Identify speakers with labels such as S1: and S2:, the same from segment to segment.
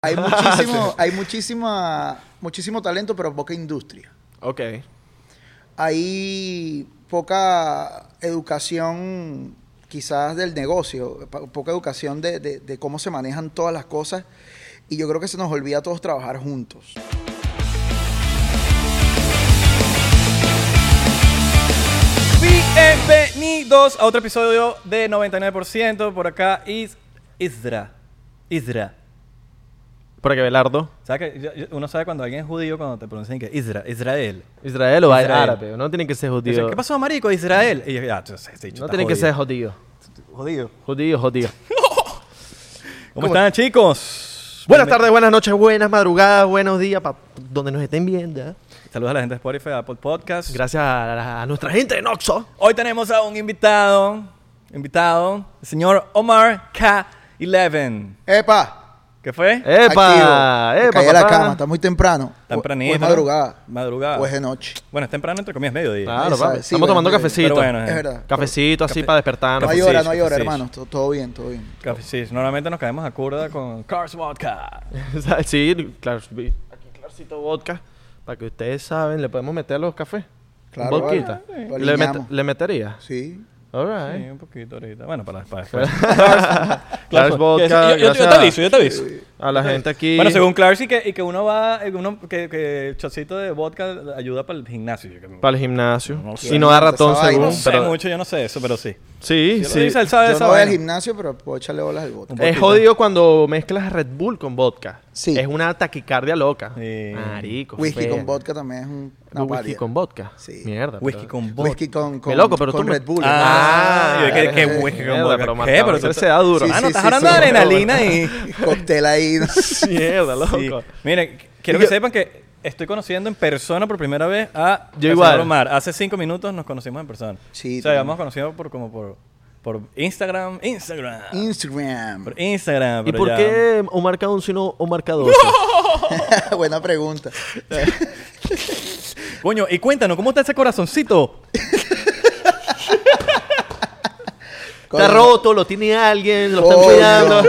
S1: Hay
S2: Ah,
S1: muchísimo, hay muchísima, muchísimo talento, pero poca industria.
S2: Ok.
S1: Hay poca educación quizás del negocio, po- poca educación de, de- de cómo se manejan todas las cosas. Y yo creo que se nos olvida a todos trabajar juntos.
S3: Bienvenidos a otro episodio de 99%. Por acá is Isra. Isra.
S2: Para que Belardo.
S3: ¿Sabes que yo- yo- uno sabe cuando alguien es judío cuando te pronuncian que Isra, Israel?
S2: Israel o
S3: Israel.
S2: árabe. No tiene que ser
S3: Y dicen,
S2: judío.
S3: ¿Qué pasó, marico? Israel. Y yo, ya, tú- ese dicho
S2: No
S3: está
S2: tiene que
S3: jodido.
S2: ser judío.
S3: jodido.
S2: Judío, judío.
S3: ¿Cómo están, chicos?
S2: buenas
S3: Bienven-
S2: tardes, buenas noches, buenas madrugadas, buenos días, pa donde nos estén viendo. ¿eh?
S3: Saludos a la gente de Spotify, Apple Podcast.
S2: Gracias a, la- a nuestra gente de Noxo.
S3: Hoy tenemos a un invitado, invitado, el señor Omar K11.
S1: ¡Epa!
S3: ¿Qué fue?
S2: ¿Eh? ¡Epa!
S1: Activo. Me
S2: ¡Epa!
S1: caí de la
S2: papá!
S1: cama, está muy temprano. O-
S3: Tempranito,
S1: O es madrugada.
S3: ¿no? Madrugada.
S1: O es de noche.
S3: Bueno, es temprano, entre comillas, mediodía.
S2: Claro,
S1: Esa-
S2: papi.
S1: sí,
S2: Estamos
S1: bueno,
S2: tomando
S1: pero-
S2: cafecito.
S3: Pero bueno, eh.
S1: Es verdad.
S2: Cafecito así
S3: Café-
S2: para despertarnos.
S1: No hay hora, no hay
S3: Cafecillo,
S1: hora,
S3: cafecillo.
S1: hermano. To- Todo bien, todo bien.
S3: Café, sí, normalmente nos caemos a curda con Cars Vodka.
S2: ¿Eh? sí, claro. sí. Aquí clarcito vodka. Para que ustedes saben, le podemos meter a los cafés.
S1: Claro,
S2: Vodquita.
S1: vale. Lo
S2: ¿Le, met-
S1: aliñamos.
S2: le metería?
S1: Sí.
S2: All
S3: Sí,
S2: right.
S3: un poquito ahorita. Bueno, para, para después. pues,
S2: Clarks Vodka.
S3: Yo- yo, yo te
S2: gracias a-
S3: aviso, yo te aviso.
S2: A la gente aquí.
S3: Bueno, según Clarks, y que, y que uno va, y uno, que, que el chocito de vodka ayuda para el gimnasio. Yo, que-
S2: Para el gimnasio.
S3: No
S2: y
S3: sé.
S2: no da ratón,
S1: Esa
S2: según.
S1: vaina.
S3: no sé
S2: pero-
S3: mucho, yo no sé eso, pero sí.
S2: Sí,
S3: Si él lo
S2: sí.
S3: dice, él sabe
S1: Yo
S3: esa
S1: no voy al
S3: vaina.
S1: gimnasio, pero puedo echarle bolas al vodka.
S2: Es jodido cuando mezclas Red Bull con vodka.
S1: Sí.
S2: Es una taquicardia loca.
S3: Sí.
S2: Marico.
S1: Whisky
S2: fea.
S1: con vodka también es un, una
S2: Whisky
S1: paria.
S2: con vodka.
S1: Sí.
S2: Mierda.
S3: Whisky
S2: pero-
S3: con vodka.
S1: Whisky con, con,
S2: Qué loco, pero
S1: con
S2: tú me-
S1: Red Bull.
S3: Ah,
S2: Ah,
S3: yo que, que
S1: sí.
S3: whisky con
S2: Mierda,
S3: vodka.
S2: pero
S3: ¿Qué?
S2: marcado,
S3: Pero tú
S2: se da duro.
S1: Sí,
S3: Ah, no,
S1: sí,
S3: estás
S1: sí,
S3: hablando
S1: sí.
S3: de adrenalina y...
S1: Cóctel ahí. ¿no?
S2: Mierda, loco.
S3: Sí. Miren, quiero que sepan que estoy conociendo en persona por primera vez a
S2: Yo
S3: al
S2: igual.
S3: señor Omar. Hace cinco minutos nos conocimos en persona.
S1: Sí,
S3: O sea,
S1: también.
S3: habíamos conocido por como por, por Instagram, Instagram.
S1: Instagram.
S3: por Instagram.
S2: ¿Y
S3: pero
S2: por
S3: ya.
S2: qué o marca un sino o marca dos?
S1: Buena pregunta.
S3: Coño, y cuéntanos, ¿cómo está ese corazoncito?
S1: Coño,
S2: Está roto, lo tiene alguien, lo están
S1: coño.
S2: cuidando.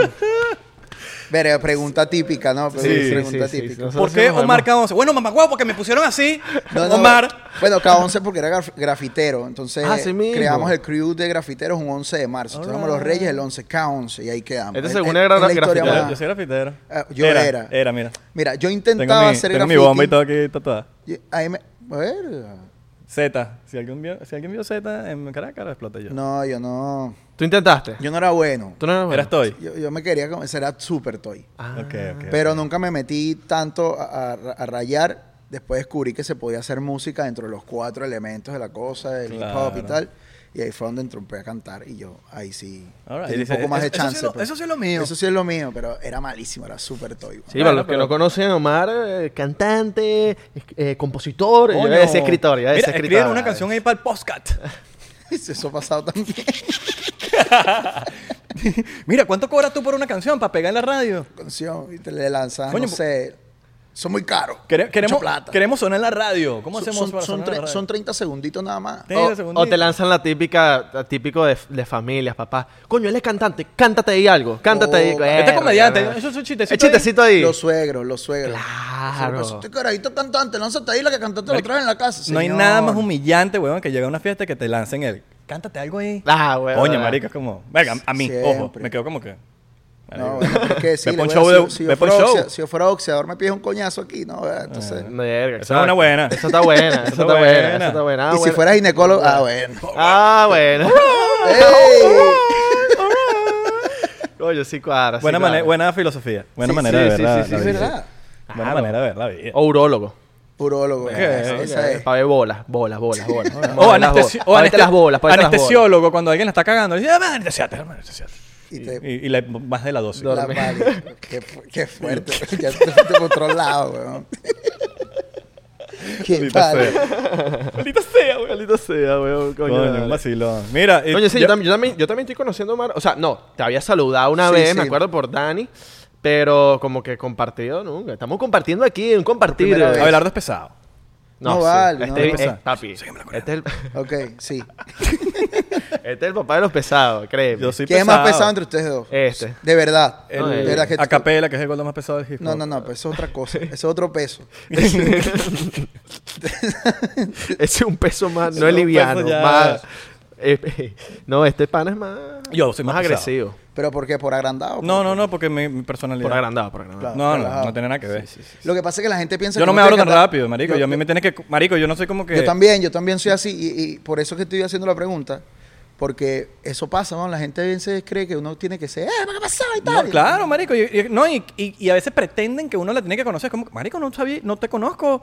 S1: Verga, pregunta típica, ¿no?
S2: Sí,
S1: pregunta
S2: sí, sí,
S1: típica.
S2: sí, sí.
S3: ¿Por
S2: Nosotros
S3: qué
S2: nos
S3: Omar
S2: vemos.
S3: K11? Bueno, mamá guau, porque me pusieron así.
S1: No, no,
S3: Omar.
S1: Bueno, K11 porque era graf- grafitero. Entonces
S2: Así Ah, mismo. Ah.
S1: creamos el crew de grafiteros un 11 de marzo. Entonces éramos los Reyes el 11, K11 y ahí quedamos.
S2: Este
S1: Es-
S2: según
S1: es-
S2: era
S1: es la
S2: gra-
S1: historia
S2: grafitero.
S3: Yo,
S1: más-
S3: yo soy grafitero.
S1: Ah, yo era.
S3: Era, era mira.
S1: Mira, yo
S3: Tengo,
S1: intentaba
S3: mi,
S1: hacer
S3: tengo mi
S1: graffiti.
S3: bomba y todo aquí tatuada.
S1: Y ahí me- verga.
S3: Z. Si alguien vio, si alguien vio Z en Caracas, la exploté yo.
S1: No, yo no.
S2: ¿Tú intentaste?
S1: Yo no era bueno.
S2: ¿Tú no eras bueno?
S3: Eras Toy.
S1: Yo, yo me quería comenzar a super toy.
S2: Ah.
S3: Ok, ok.
S1: Pero nunca me metí tanto a, a- a rayar. Después descubrí que se podía hacer música dentro de los cuatro elementos de la cosa, del hip hop y
S3: Claro.
S1: tal. Y ahí fue donde entré a cantar y yo ahí sí
S3: All right.
S1: tenía
S3: Dice,
S1: un poco más de
S3: "Eso- eso sí
S1: chance.
S3: es lo-
S1: pero-
S3: eso sí es lo mío".
S1: Eso sí es lo mío, pero era malísimo, era súper toy. güey.
S2: Sí,
S3: Bueno,
S2: para los que
S3: pero-
S2: no conocen, Omar, eh, cantante, es- eh, compositor, yo
S3: Coño.
S2: iba a decir escritor, yo iba a decir
S3: Mira,
S2: escritor.
S3: escriben una canción ahí para el podcast.
S1: Eso ha pasado también.
S3: Mira, ¿cuánto cobras tú por una canción para pegar en la radio?
S1: Canción y te le lanzas,
S3: Coño,
S1: no sé. Son muy caros.
S3: Quere- queremos,
S1: mucha plata.
S3: queremos sonar en la radio. ¿Cómo
S1: Son-
S3: hacemos
S1: son,
S3: para
S1: son,
S3: sonar en la
S1: tre-
S3: radio?
S1: son 30 segunditos nada más.
S3: Tenga
S2: O-
S3: segundito.
S2: O te lanzan la típica, la típico de, de familias, papá. Coño, él es cantante, cántate ahí algo, cántate ahí. eh,
S1: Oh,
S2: Verga,
S3: Este es comediante.
S2: verga.
S3: Eso es un
S2: Es
S3: chistecito. ahí.
S2: chistecito ahí.
S1: Los suegros, los suegros.
S2: Claro.
S1: Pero este carajito cantante, lánzate ahí la que cantaste lo traes en la casa.
S3: No hay
S1: señor.
S3: nada más humillante, weón, que llega a una fiesta y que te lancen el. Cántate algo ahí.
S2: Ah, weón.
S3: Coño, marico, es como. Verga, a mí, ojo.
S1: Siempre.
S3: Me quedo como que.
S1: No,
S3: marico.
S1: bueno, pero es que sí,
S3: Ve pa' un
S1: le-
S3: show
S1: bueno,
S3: de-
S1: si, si yo
S3: ve pa' un
S1: fuera
S3: show.
S1: boxea- si yo fuera boxeador me pide un coñazo aquí, ¿no? Ah,
S2: Eh,
S1: Entonces,
S2: Verga,
S3: Esa es una buena.
S2: Esa está buena, esa está buena, esa está buena. Ah,
S1: y si
S2: bueno.
S1: fuera ginecólogo, ah, bueno.
S2: Ah, bueno.
S1: ¡Ey!
S2: Coño, sí cuadra. sí
S3: Buena,
S2: cuadra.
S3: mane- buena filosofía. Buena
S2: Sí,
S3: manera
S2: sí,
S3: de ver
S2: sí,
S3: la,
S2: sí,
S3: la
S2: sí,
S3: vida.
S2: es
S1: verdad.
S3: Buena
S2: Claro. Oh,
S3: manera de ver la vida.
S2: O urólogo.
S1: Urólogo, esa,
S3: ok,
S1: esa es.
S2: Para ver bolas, bolas, bolas, bolas.
S3: O
S2: Para ver las
S3: Oh, anestesi-
S2: bolas,
S3: o
S2: para verte
S3: aneste-
S2: las bolas, para verte las bolas.
S3: anestesiólogo, cuando alguien la está cagando, le dice, "Ah, anestesiate, hermano, anestesiate".
S1: Y
S3: Y,
S1: te-
S3: y le- más de la dosis.
S1: La madre. qué, fu- qué fuerte. ya te fuiste por otro lado, weón. qué padre.
S2: Maldita sea, weón. Maldita sea, weón. Coño,
S3: Coño, un
S2: vale.
S3: vacilón. Mira, y-
S2: Coño, sí, yo,
S3: yo-
S2: también, yo, también, yo también estoy conociendo a Omar. O sea, no, te había saludado una
S1: Sí,
S2: vez,
S1: sí.
S2: me acuerdo por Dani. Pero como que compartido nunca. Estamos compartiendo aquí, un compartir.
S1: primera vez.
S3: Abelardo es pesado.
S1: No, vale, no,
S2: Este
S1: no.
S2: es papi. Este es, el,
S1: Ok, sí.
S2: este es el papá de los pesados, créeme.
S3: Yo soy
S1: ¿Quién es más pesado entre ustedes dos?
S2: Este.
S1: De verdad.
S3: El,
S2: No, eh.
S1: de verdad que
S3: Acapela, que es el gordo más pesado del hip hop.
S1: No, no, no, pues eso es otra cosa. Eso es otro peso.
S2: Ese es un peso más,
S3: Es
S2: no
S3: un
S2: es liviano,
S3: peso ya-
S2: más... eh, eh, no, este pana es más...
S3: Yo soy más pesado.
S2: agresivo.
S1: ¿Pero por qué? ¿Por agrandado?
S3: No, no, no, porque mi, mi personalidad.
S2: Por agrandado, por agrandado.
S1: Claro.
S3: No, no,
S1: Relajado.
S3: no tiene nada que ver.
S1: Lo que pasa es que la gente piensa
S3: Yo
S1: que
S3: no
S1: uno
S3: me
S1: tiene
S3: hablo
S1: que
S3: tan
S1: andar-
S3: rápido, marico. Yo, a mí me tienes que. Marico, yo no soy como que.
S1: Yo también, yo también soy así. Y, y por eso que estoy haciendo la pregunta. Porque eso pasa, ¿no? La gente bien se cree que uno tiene que ser, ¡eh, qué pasó! Y
S3: No,
S1: tal.
S3: claro, marico. y- y- no, y, y- y a veces pretenden que uno la tiene que conocer. Como, que, marico, no sabía, no te conozco.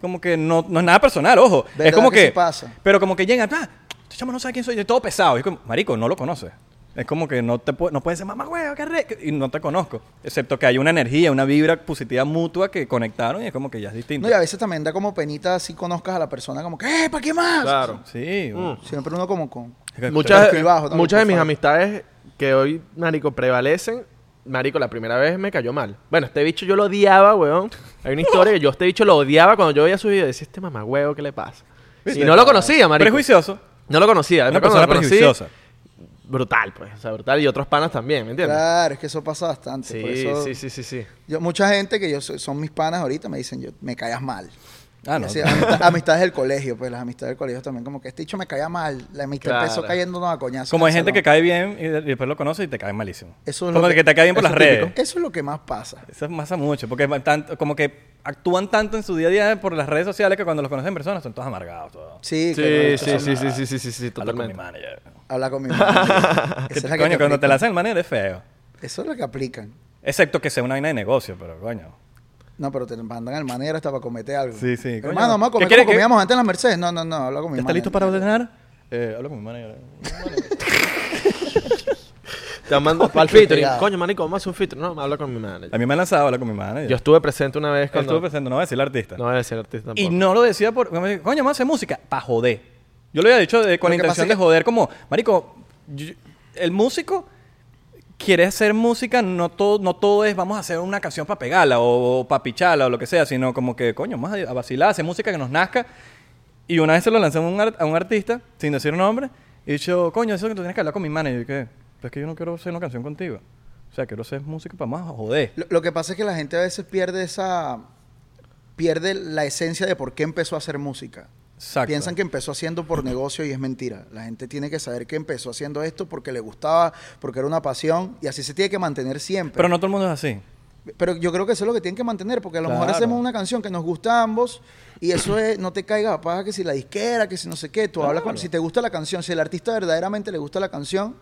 S3: Como que no, no es nada personal, ojo.
S1: ¿Verdad
S3: es como
S1: que
S3: que.
S1: sí pasa?
S3: Pero como que llegan, ah, este chamo no sabe quién soy, yo todo pesado. Y es como, marico, no lo conoces. Es como que no te pu- no puede ser mamá huevo, qué re-", y no te conozco. Excepto que hay una energía, una vibra positiva mutua que conectaron y es como que ya es distinto.
S1: No, y a veces también da como penita si conozcas a la persona, como que, ¡eh, para qué más!
S2: Claro.
S3: Sí.
S2: Mm.
S3: bueno.
S1: Siempre uno como con.
S3: Es que-
S2: Muchas,
S1: perfil bajo también,
S2: muchas de
S1: por
S2: mis
S1: favor.
S2: amistades que hoy, marico, prevalecen... Marico, la primera vez me cayó mal. Bueno, este bicho yo lo odiaba, weón. Hay una historia que yo a este bicho lo odiaba cuando yo veía su video. Decía, este mamá, ¿qué le pasa?
S3: ¿Viste?
S2: Y no lo conocía, marico.
S3: Prejuicioso.
S2: No lo conocía.
S3: Una
S2: Después cuando
S3: persona
S2: lo conocí,
S3: prejuiciosa.
S2: Brutal, pues. O sea, brutal. Y otros panas también, ¿me entiendes?
S1: Claro, es que eso pasa bastante.
S2: Sí,
S1: por eso-
S2: sí, sí, sí, sí.
S1: Yo, mucha gente que yo so- son mis panas ahorita me dicen, yo, me callas mal.
S3: Ah, no.
S1: Así, amista- amistades del colegio, pues las amistades del colegio también, como que este dicho me caía mal, la amistad
S2: Claro.
S1: empezó cayéndonos a coñazos.
S3: Como hay gente
S1: Salón.
S3: que cae bien y de- y después lo conoce y te cae malísimo.
S1: Eso es lo
S3: como
S1: que-
S3: que, te cae bien por las
S2: eso es típico.
S3: redes.
S1: Eso es lo que más pasa.
S3: Eso pasa mucho, porque van tanto- como que actúan tanto en su día a día por las redes sociales que cuando los conocen en persona son todos amargados. Todos.
S1: Sí,
S2: Sí,
S1: que-
S2: sí, sí, sí, sí, sí, sí, sí,
S3: Hablo con mi
S2: totalmente.
S3: manager.
S1: Habla con mi mamá.
S3: Que,
S1: Esa es la que
S3: coño,
S1: te
S3: cuando te
S1: aplican.
S3: la hacen el manager es feo.
S1: Eso es lo que aplican.
S3: Excepto que sea una vaina de negocio, pero coño.
S1: No, pero te mandan al manera hasta para cometer algo.
S3: Sí, sí, coño.
S1: Hermano, vamos a
S3: ¿Qué
S1: comer
S3: quieres
S1: como
S3: que-
S1: comíamos antes en las Mercedes. No, no, no, habla con mi
S3: ¿Ya
S1: mamá.
S3: está listo para ordenar? Eh, hablo con mi manager.
S2: Te mando para el featuring.
S1: Pegado.
S2: Coño, manico, vamos a hacer un featuring. No, me habla con mi
S3: A
S2: manager.
S3: mí me han lanzado, hablo con mi manager.
S2: Yo estuve presente una vez cuando...
S3: estuve pensando, no voy a decir el artista.
S2: No voy a decir artista
S3: y
S2: tampoco.
S3: no lo decía por... me dijo, Coño, vamos a hacer música. Pa' joder. Yo lo había dicho de- con
S1: Lo
S3: la
S1: que pasa
S3: intención
S1: es
S3: de
S1: que-
S3: joder como... Marico, yo- el músico quiere hacer música, no todo, no todo es vamos a hacer una canción para pegarla o, para picharla o lo que sea, sino como que, coño, vamos a, a vacilar, hacer música que nos nazca. Y una vez se lo lancé a un, ar- a un artista, sin decir un nombre, y dicho, coño, eso que tú tienes que hablar con mi manager. Y que, pues que yo no quiero hacer una canción contigo. O sea, quiero hacer música para más joder.
S1: Lo, lo que pasa es que la gente a veces pierde esa... Pierde la esencia de por qué empezó a hacer música.
S3: Exacto.
S1: Piensan que empezó haciendo por negocio y es mentira. La gente tiene que saber que empezó haciendo esto porque le gustaba, porque era una pasión y así se tiene que mantener siempre.
S3: Pero no todo el mundo es así.
S1: Pero yo creo que eso es lo que tienen que mantener, porque a lo mejor
S3: Claro.
S1: hacemos una canción que nos gusta a ambos y eso es, no te caiga a paja que si la disquera, que si no sé qué, tú hablas con,
S3: Claro.
S1: si te gusta la canción, si el artista verdaderamente le gusta la canción,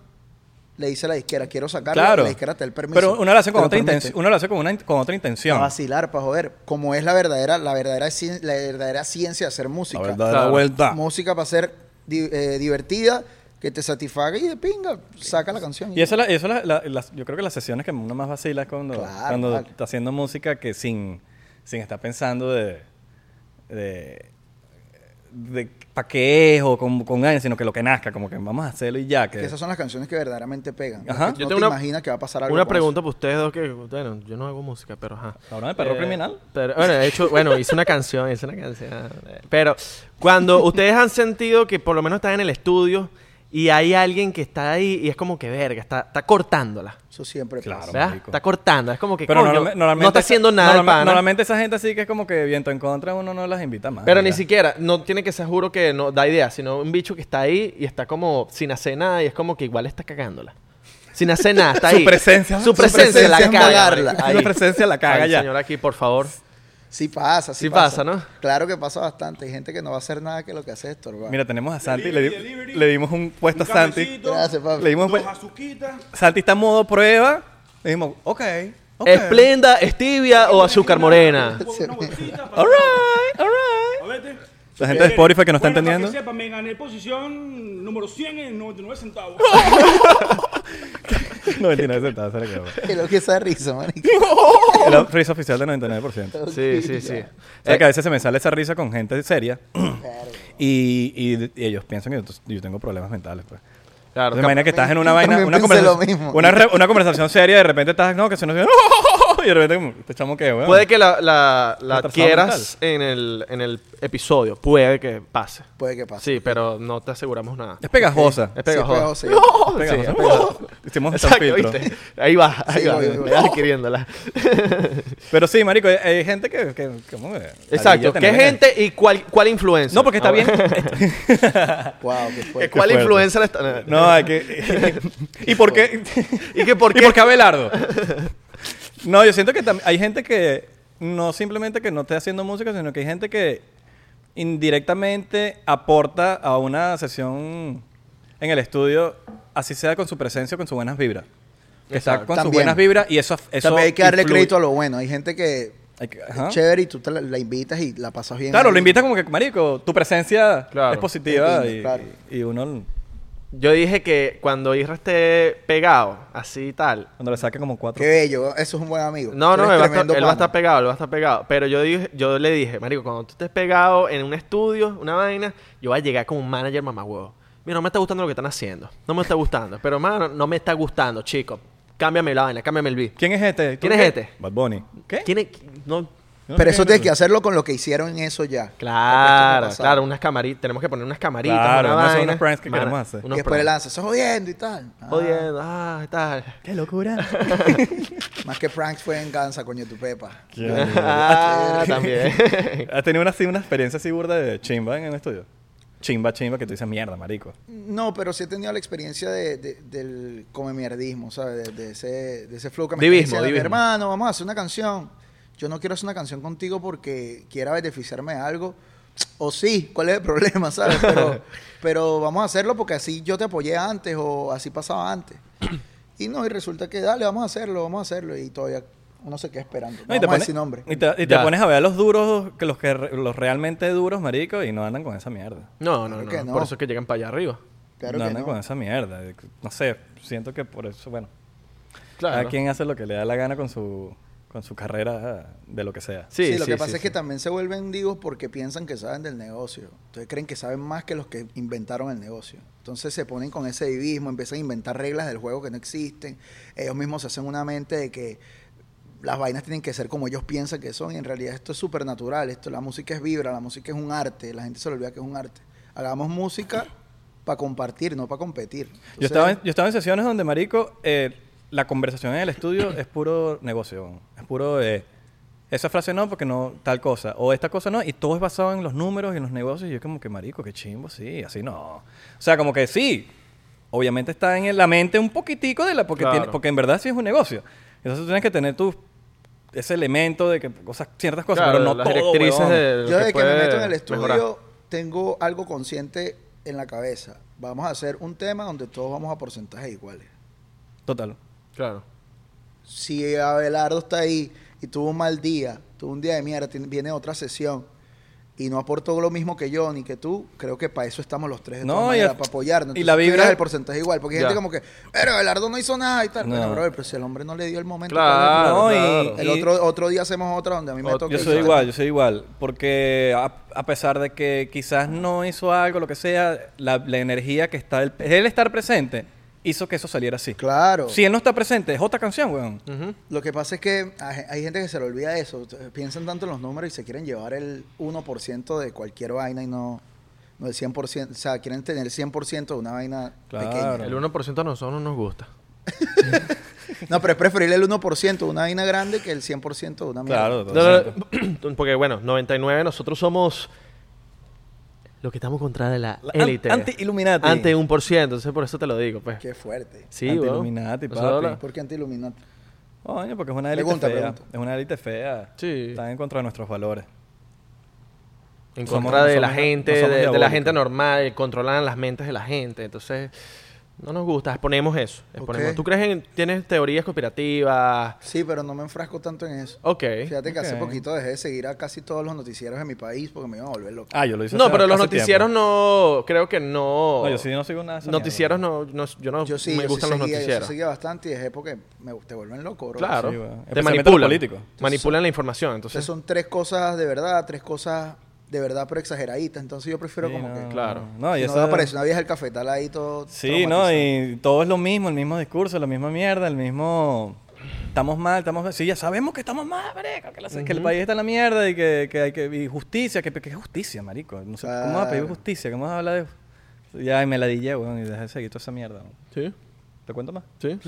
S1: le dice a la disquera, quiero sacarla,
S3: Claro.
S1: la disquera te da el permiso.
S3: Pero uno lo hace con,
S1: Te
S3: otra,
S1: permite.
S3: intención, uno lo hace con, una, in- con otra intención.
S1: A
S2: Ah,
S1: vacilar, para joder, como es la verdadera, la verdadera, cien- la verdadera ciencia de hacer música.
S2: Claro.
S3: vuelta.
S1: Música para ser di- eh, divertida, que te satisfaga y de pinga, saca la canción.
S3: Y eso, la- eso la- la- las- yo creo que las sesiones que uno más vacila es cuando,
S1: Claro,
S3: cuando
S1: vale.
S3: está haciendo música que sin, sin estar pensando de, de, de pa' qué es o con, con ganas, sino que lo que nazca, como que vamos a hacerlo y ya. Que,
S1: Que esas son las canciones que verdaderamente pegan.
S3: Ajá.
S1: Las que
S2: Yo
S1: no te
S2: tengo una-
S1: imaginas que va a pasar algo
S2: Una
S1: con eso.
S2: pregunta para ustedes dos que... Bueno, yo no hago música, pero ajá. Eh,
S3: Cabrón, el perro criminal.
S2: Pero, bueno, he hecho... Bueno, hice una canción, hice una canción. eh, Pero cuando ustedes han sentido que por lo menos están en el estudio y hay alguien que está ahí y es como que verga, está, está cortándola.
S1: Eso siempre
S3: Claro.
S1: pasa.
S2: ¿Verdad?
S3: marico.
S2: Está cortando. Es como que,
S3: pero
S2: coño,
S3: normalme- normalmente
S2: no está haciendo
S3: esa-
S2: nada el
S3: normalme-
S2: pana.
S3: Normalmente esa gente así que es como que viento en contra, uno no las invita más.
S2: Pero ni
S3: ya.
S2: siquiera, no tiene que ser juro que no da idea, sino un bicho que está ahí y está como sin hacer nada y es como que igual está cagándola. Sin hacer nada, está
S3: Su
S2: ahí.
S3: presencia-
S2: Su
S3: su
S2: presencia,
S1: presencia es
S2: la caga.
S1: cagarla.
S2: marico. Ahí.
S3: Su presencia la caga
S2: Ay,
S3: ya.
S2: señor aquí, por favor.
S1: Sí pasa, sí,
S2: Sí pasa, ¿no?
S1: Claro que pasa bastante. Hay gente que no va a hacer nada que lo que hace es estorbar.
S3: Mira, tenemos a Santi, le, di- le dimos un puesto a Santi.
S4: cafecito,
S1: Gracias, papi.
S3: Le dimos un
S4: dos
S3: puesto.
S4: azuquitas.
S3: Santi está en modo prueba. Le dijimos, ok. ok.
S2: Esplenda, stevia o azúcar morena.
S4: Una bolsita para-
S3: All right, all right.
S4: A verte.
S3: La gente de Spotify que no está
S4: Bueno, para
S3: entendiendo.
S4: que sepa, me gané posición número 100 en 99 centavos.
S3: 99 centavos, se le quedó.
S1: Que lo que esa risa, marico.
S3: El freeze oficial de 99%. O
S2: Sí, sí, Eh, sí.
S3: sea, que a veces se me sale esa risa con gente seria y, y- y ellos piensan que yo, yo tengo problemas mentales. Pues.
S2: Claro,
S3: Entonces, imagina que estás en una
S1: yo
S3: vaina,
S1: también
S3: una
S1: pensé
S3: conversación,
S1: lo mismo.
S3: una, re- una conversación seria y de repente estás, no, que se nos... y de repente, como, este chamo que, weón.
S2: Puede que la, la, la
S3: Retrasado
S2: adquieras en el, en el episodio. Puede que pase.
S1: Puede que pase.
S2: Sí, pero no te aseguramos nada.
S3: Es pegajosa.
S2: Es
S1: pegajosa,
S2: pegajosa.
S1: sí.
S2: ¡No!
S3: Es
S2: Sí,
S3: pegajosa.
S2: es pegajosa.
S3: Hicimos hasta un
S2: Exacto,
S3: filtro.
S2: ¿viste? Ahí va, ahí
S1: Sí,
S2: va.
S1: voy, voy, voy.
S2: Me vas adquiriéndola.
S3: Pero sí, marico, hay, hay gente que... que- como que-
S2: Exacto.
S3: ladilla
S2: ¿Qué
S3: tener-
S2: gente y cuál, cuál influencer?
S3: No, porque está
S2: Ah,
S3: bien.
S1: Wow, qué
S2: ¿Que
S1: fuerte.
S2: ¿Cuál
S3: fuerte.
S2: influencer está?
S3: no, hay que... ¿Y por qué?
S2: ¿Y que por
S3: ¿Y
S2: qué?
S3: por qué Abelardo? no, yo siento que tam- hay gente que no simplemente que no esté haciendo música, sino que hay gente que indirectamente aporta a una sesión en el estudio, así sea con su presencia o con sus buenas vibras. Que está
S2: Exacto.
S3: con sus
S1: También.
S3: buenas vibras y eso, eso
S1: También hay que darle
S3: influye.
S1: crédito a lo bueno. Hay gente que
S3: Hay que-
S1: es
S3: ajá.
S1: chévere y tú te la, la invitas y la pasas bien.
S3: Claro,
S1: ahí.
S3: lo invitas como que, marico, tu presencia
S2: Claro.
S3: es positiva
S1: Entiendo,
S3: y,
S1: claro.
S3: y uno
S2: Yo dije que cuando Isra esté pegado, así y tal.
S3: cuando le saca como cuatro...
S1: Qué bello, eso es un buen amigo.
S2: No,
S1: Tú
S2: no,
S1: eres
S2: él va, a estar,
S1: tremendo
S2: él va a
S1: pana.
S2: estar pegado, él va a estar pegado. Pero yo, dije- yo le dije, marico, cuando tú estés pegado en un estudio, una vaina, yo voy a llegar como un manager mamagüevo. Mira, no me está gustando lo que están haciendo. No me está gustando. Pero, mano, no me está gustando, chico. Cámbiame la vaina, cámbiame el beat.
S3: ¿Quién es este? ¿Tú
S2: ¿Quién es
S3: qué?
S2: este?
S3: Bad Bunny. ¿Qué?
S2: ¿Quién es- No...
S3: Yo no sé
S1: Pero eso
S3: quién es
S1: tienes que hacerlo con lo que hicieron eso ya.
S2: Claro,
S1: Porque esto no pasa.
S2: claro, unas camaritas. Tenemos que poner unas camaritas.
S3: Claro,
S2: una
S3: no son
S2: vaina.
S3: unos pranks que
S2: Mano,
S3: queremos hacer.
S1: Y
S2: unos
S1: después le
S2: pranks.
S1: lanzas, "Estás jodiendo y tal. Ah,
S2: Jodiendo, ah, tal.
S3: ¡Qué locura!
S1: Más que pranks fue en Gansa, coño, tu pepa.
S2: Ah, también.
S3: ¿Has tenido una, así, una experiencia así burda de chimba en el estudio? Chimba, chimba, que tú dices mierda, marico.
S1: No, pero sí he tenido la experiencia de, de- del come mierdismo, ¿sabes? De, de ese, de ese flow que me
S2: Divismo,
S1: está diciendo, mi
S2: divismo.
S1: hermano, vamos a hacer una canción. Yo no quiero hacer una canción contigo porque quiera beneficiarme de algo. O sí, ¿cuál es el problema, sabes? Pero, pero vamos a hacerlo porque así yo te apoyé antes o así pasaba antes. Y no, y resulta que dale, vamos a hacerlo, vamos a hacerlo. Y todavía uno se queda esperando. No,
S3: y
S1: vamos a decir nombre.
S3: Y te, y te
S2: Ya.
S3: pones a ver a los duros, que los, que, re- los realmente duros, marico, y no andan con esa mierda.
S2: No, no,
S1: Claro
S2: no,
S1: que no.
S2: Por eso es que llegan para allá arriba.
S1: Claro
S3: no
S1: que
S3: andan
S1: no.
S3: con esa mierda. No sé, siento que por eso, bueno.
S2: Claro.
S3: Cada quien hace lo que le da la gana con su, con su carrera de lo que sea.
S2: Sí,
S1: Sí, lo
S2: sí,
S1: que pasa
S2: sí,
S1: es que
S2: sí.
S1: también se vuelven divos porque piensan que saben del negocio. Entonces creen que saben más que los que inventaron el negocio. Entonces se ponen con ese divismo, empiezan a inventar reglas del juego que no existen. Ellos mismos se hacen una mente de que las vainas tienen que ser como ellos piensan que son. Y en realidad esto es súper natural. Esto, la música es vibra, la música es un arte. La gente se le olvida que es un arte. Hagamos música para compartir, no para competir.
S3: Yo
S1: Entonces,
S3: estaba, en, yo estaba en sesiones donde, marico, eh, la conversación en el estudio es puro negocio. Es puro de... Esa frase no, porque no tal cosa. O esta cosa no. Y todo es basado en los números y en los negocios. Y yo como que, marico, qué chimbo, sí. Así no. O sea, como que sí. Obviamente está en la mente un poquitico de la... Porque,
S2: Claro.
S3: tiene- porque en verdad sí es un negocio. Entonces tú tienes que tener tu... Ese elemento de que cosas, ciertas cosas,
S2: Claro,
S3: pero no
S2: las
S3: todo,
S2: directrices
S3: huevón.
S2: de- lo
S1: Yo desde que, me
S2: puede
S1: meto en el estudio
S2: mejorar.
S1: tengo algo consciente en la cabeza. Vamos a hacer un tema donde todos vamos a porcentajes iguales.
S3: Total.
S2: Claro.
S1: Si Abelardo está ahí y tuvo un mal día, tuvo un día de mierda, tiene- viene otra sesión y no aportó lo mismo que yo ni que tú, creo que para eso estamos los tres de
S3: No,
S1: todas
S3: y
S1: maneras,
S3: el-
S1: para apoyarnos.
S3: y la
S1: Entonces, tú
S3: vibra-
S1: das el porcentaje igual, porque hay
S2: Ya.
S1: gente como que, pero Abelardo no hizo nada y tal.
S3: No.
S1: Bueno, brother, pero si el hombre no le dio el momento.
S2: Claro,
S3: No, y-
S2: claro.
S1: El otro, otro día hacemos otra donde a mí me
S2: Yo
S1: toca.
S3: Yo
S1: y
S3: soy
S1: tal.
S3: igual, yo soy igual. Porque a, a pesar de que quizás no hizo algo, lo que sea, la, la energía que está... El, el estar presente hizo que eso saliera así.
S1: Claro.
S3: Si él no está presente, es otra canción, weón.
S2: Ujú.
S1: Lo que pasa es que hay hay gente que se le olvida eso. Ustedes Piensan tanto en los números y se quieren llevar el 1% de cualquier vaina y no, no el 100%. O sea, quieren tener el 100% de una vaina
S3: Claro.
S1: pequeña.
S2: El 1% a nosotros no nos gusta.
S1: No, pero es preferible el 1% de una vaina grande que el 100% de una mierda.
S3: Claro,
S2: No, no, no, porque bueno, 99 nosotros somos lo que estamos contra de la
S3: La an-
S2: élite.
S3: anti-Illuminati.
S2: Ante 1%, entonces por eso te lo digo, pues.
S1: Qué fuerte.
S2: Sí,
S3: Anti-Illuminati,
S2: weón. Nosotros
S3: papi.
S2: la-
S1: ¿Por qué antiluminante?
S3: Coño, porque es una élite
S1: Pregunta,
S3: fea.
S1: pregunta.
S3: Es una élite fea.
S2: Sí.
S3: Están en contra de nuestros valores.
S2: En
S3: Somos-
S2: contra de la
S3: somos-
S2: gente,
S3: no
S2: de,
S3: somos
S2: de la
S3: diabólicos.
S2: gente normal, controlan las mentes de la gente. Entonces, no nos gusta, exponemos eso. Exponemos.
S1: Ok.
S2: ¿Tú crees en, tienes teorías conspirativas?
S1: Sí, pero no me enfrasco tanto en eso.
S2: Ok.
S1: Fíjate que hace
S3: Ok.
S1: poquito dejé de seguir a casi todos los noticieros de mi país porque me iban a volver loco.
S3: Ah, yo lo hice
S2: No,
S3: hace-
S2: pero los
S3: hace
S2: noticieros
S3: tiempo.
S2: no, creo que no.
S3: No, yo sí no sigo nada de esa
S2: Noticieros
S3: mierda.
S2: no, no- yo no
S1: yo sí,
S2: Ah,
S1: yo
S2: me
S1: sí
S2: gustan
S1: seguía,
S2: los
S1: yo sí
S2: noticieros.
S1: seguía bastante y dejé porque me, te vuelven loco, bro.
S2: Claro,
S3: Sí, weón.
S2: te
S3: Especialmente los
S2: manipulan,
S3: políticos.
S2: manipulan la información, entonces
S1: Entonces son tres cosas de verdad, tres cosas de verdad pero exageraditas. Entonces yo prefiero
S3: Sí,
S1: como
S3: no,
S1: que...
S2: claro.
S3: No, y
S1: si
S3: eso...
S1: no va a aparecer una vieja el cafetal ahí todo
S3: Sí, no, y todo es lo mismo, el mismo discurso, la misma mierda, el mismo... estamos mal, estamos mal. Sí, ya sabemos que estamos mal, marico. Que, la- que el país está en la mierda y que, que hay que... Y justicia. ¿Qué justicia, marico? No sé, ¿Cómo vas a pedir
S1: Claro.
S3: justicia? ¿Cómo vas a hablar de...? Ya, y me la dije, weón. Y dejé de seguir toda esa mierda, weón.
S2: Sí,
S3: ¿Te cuento más?
S2: sí.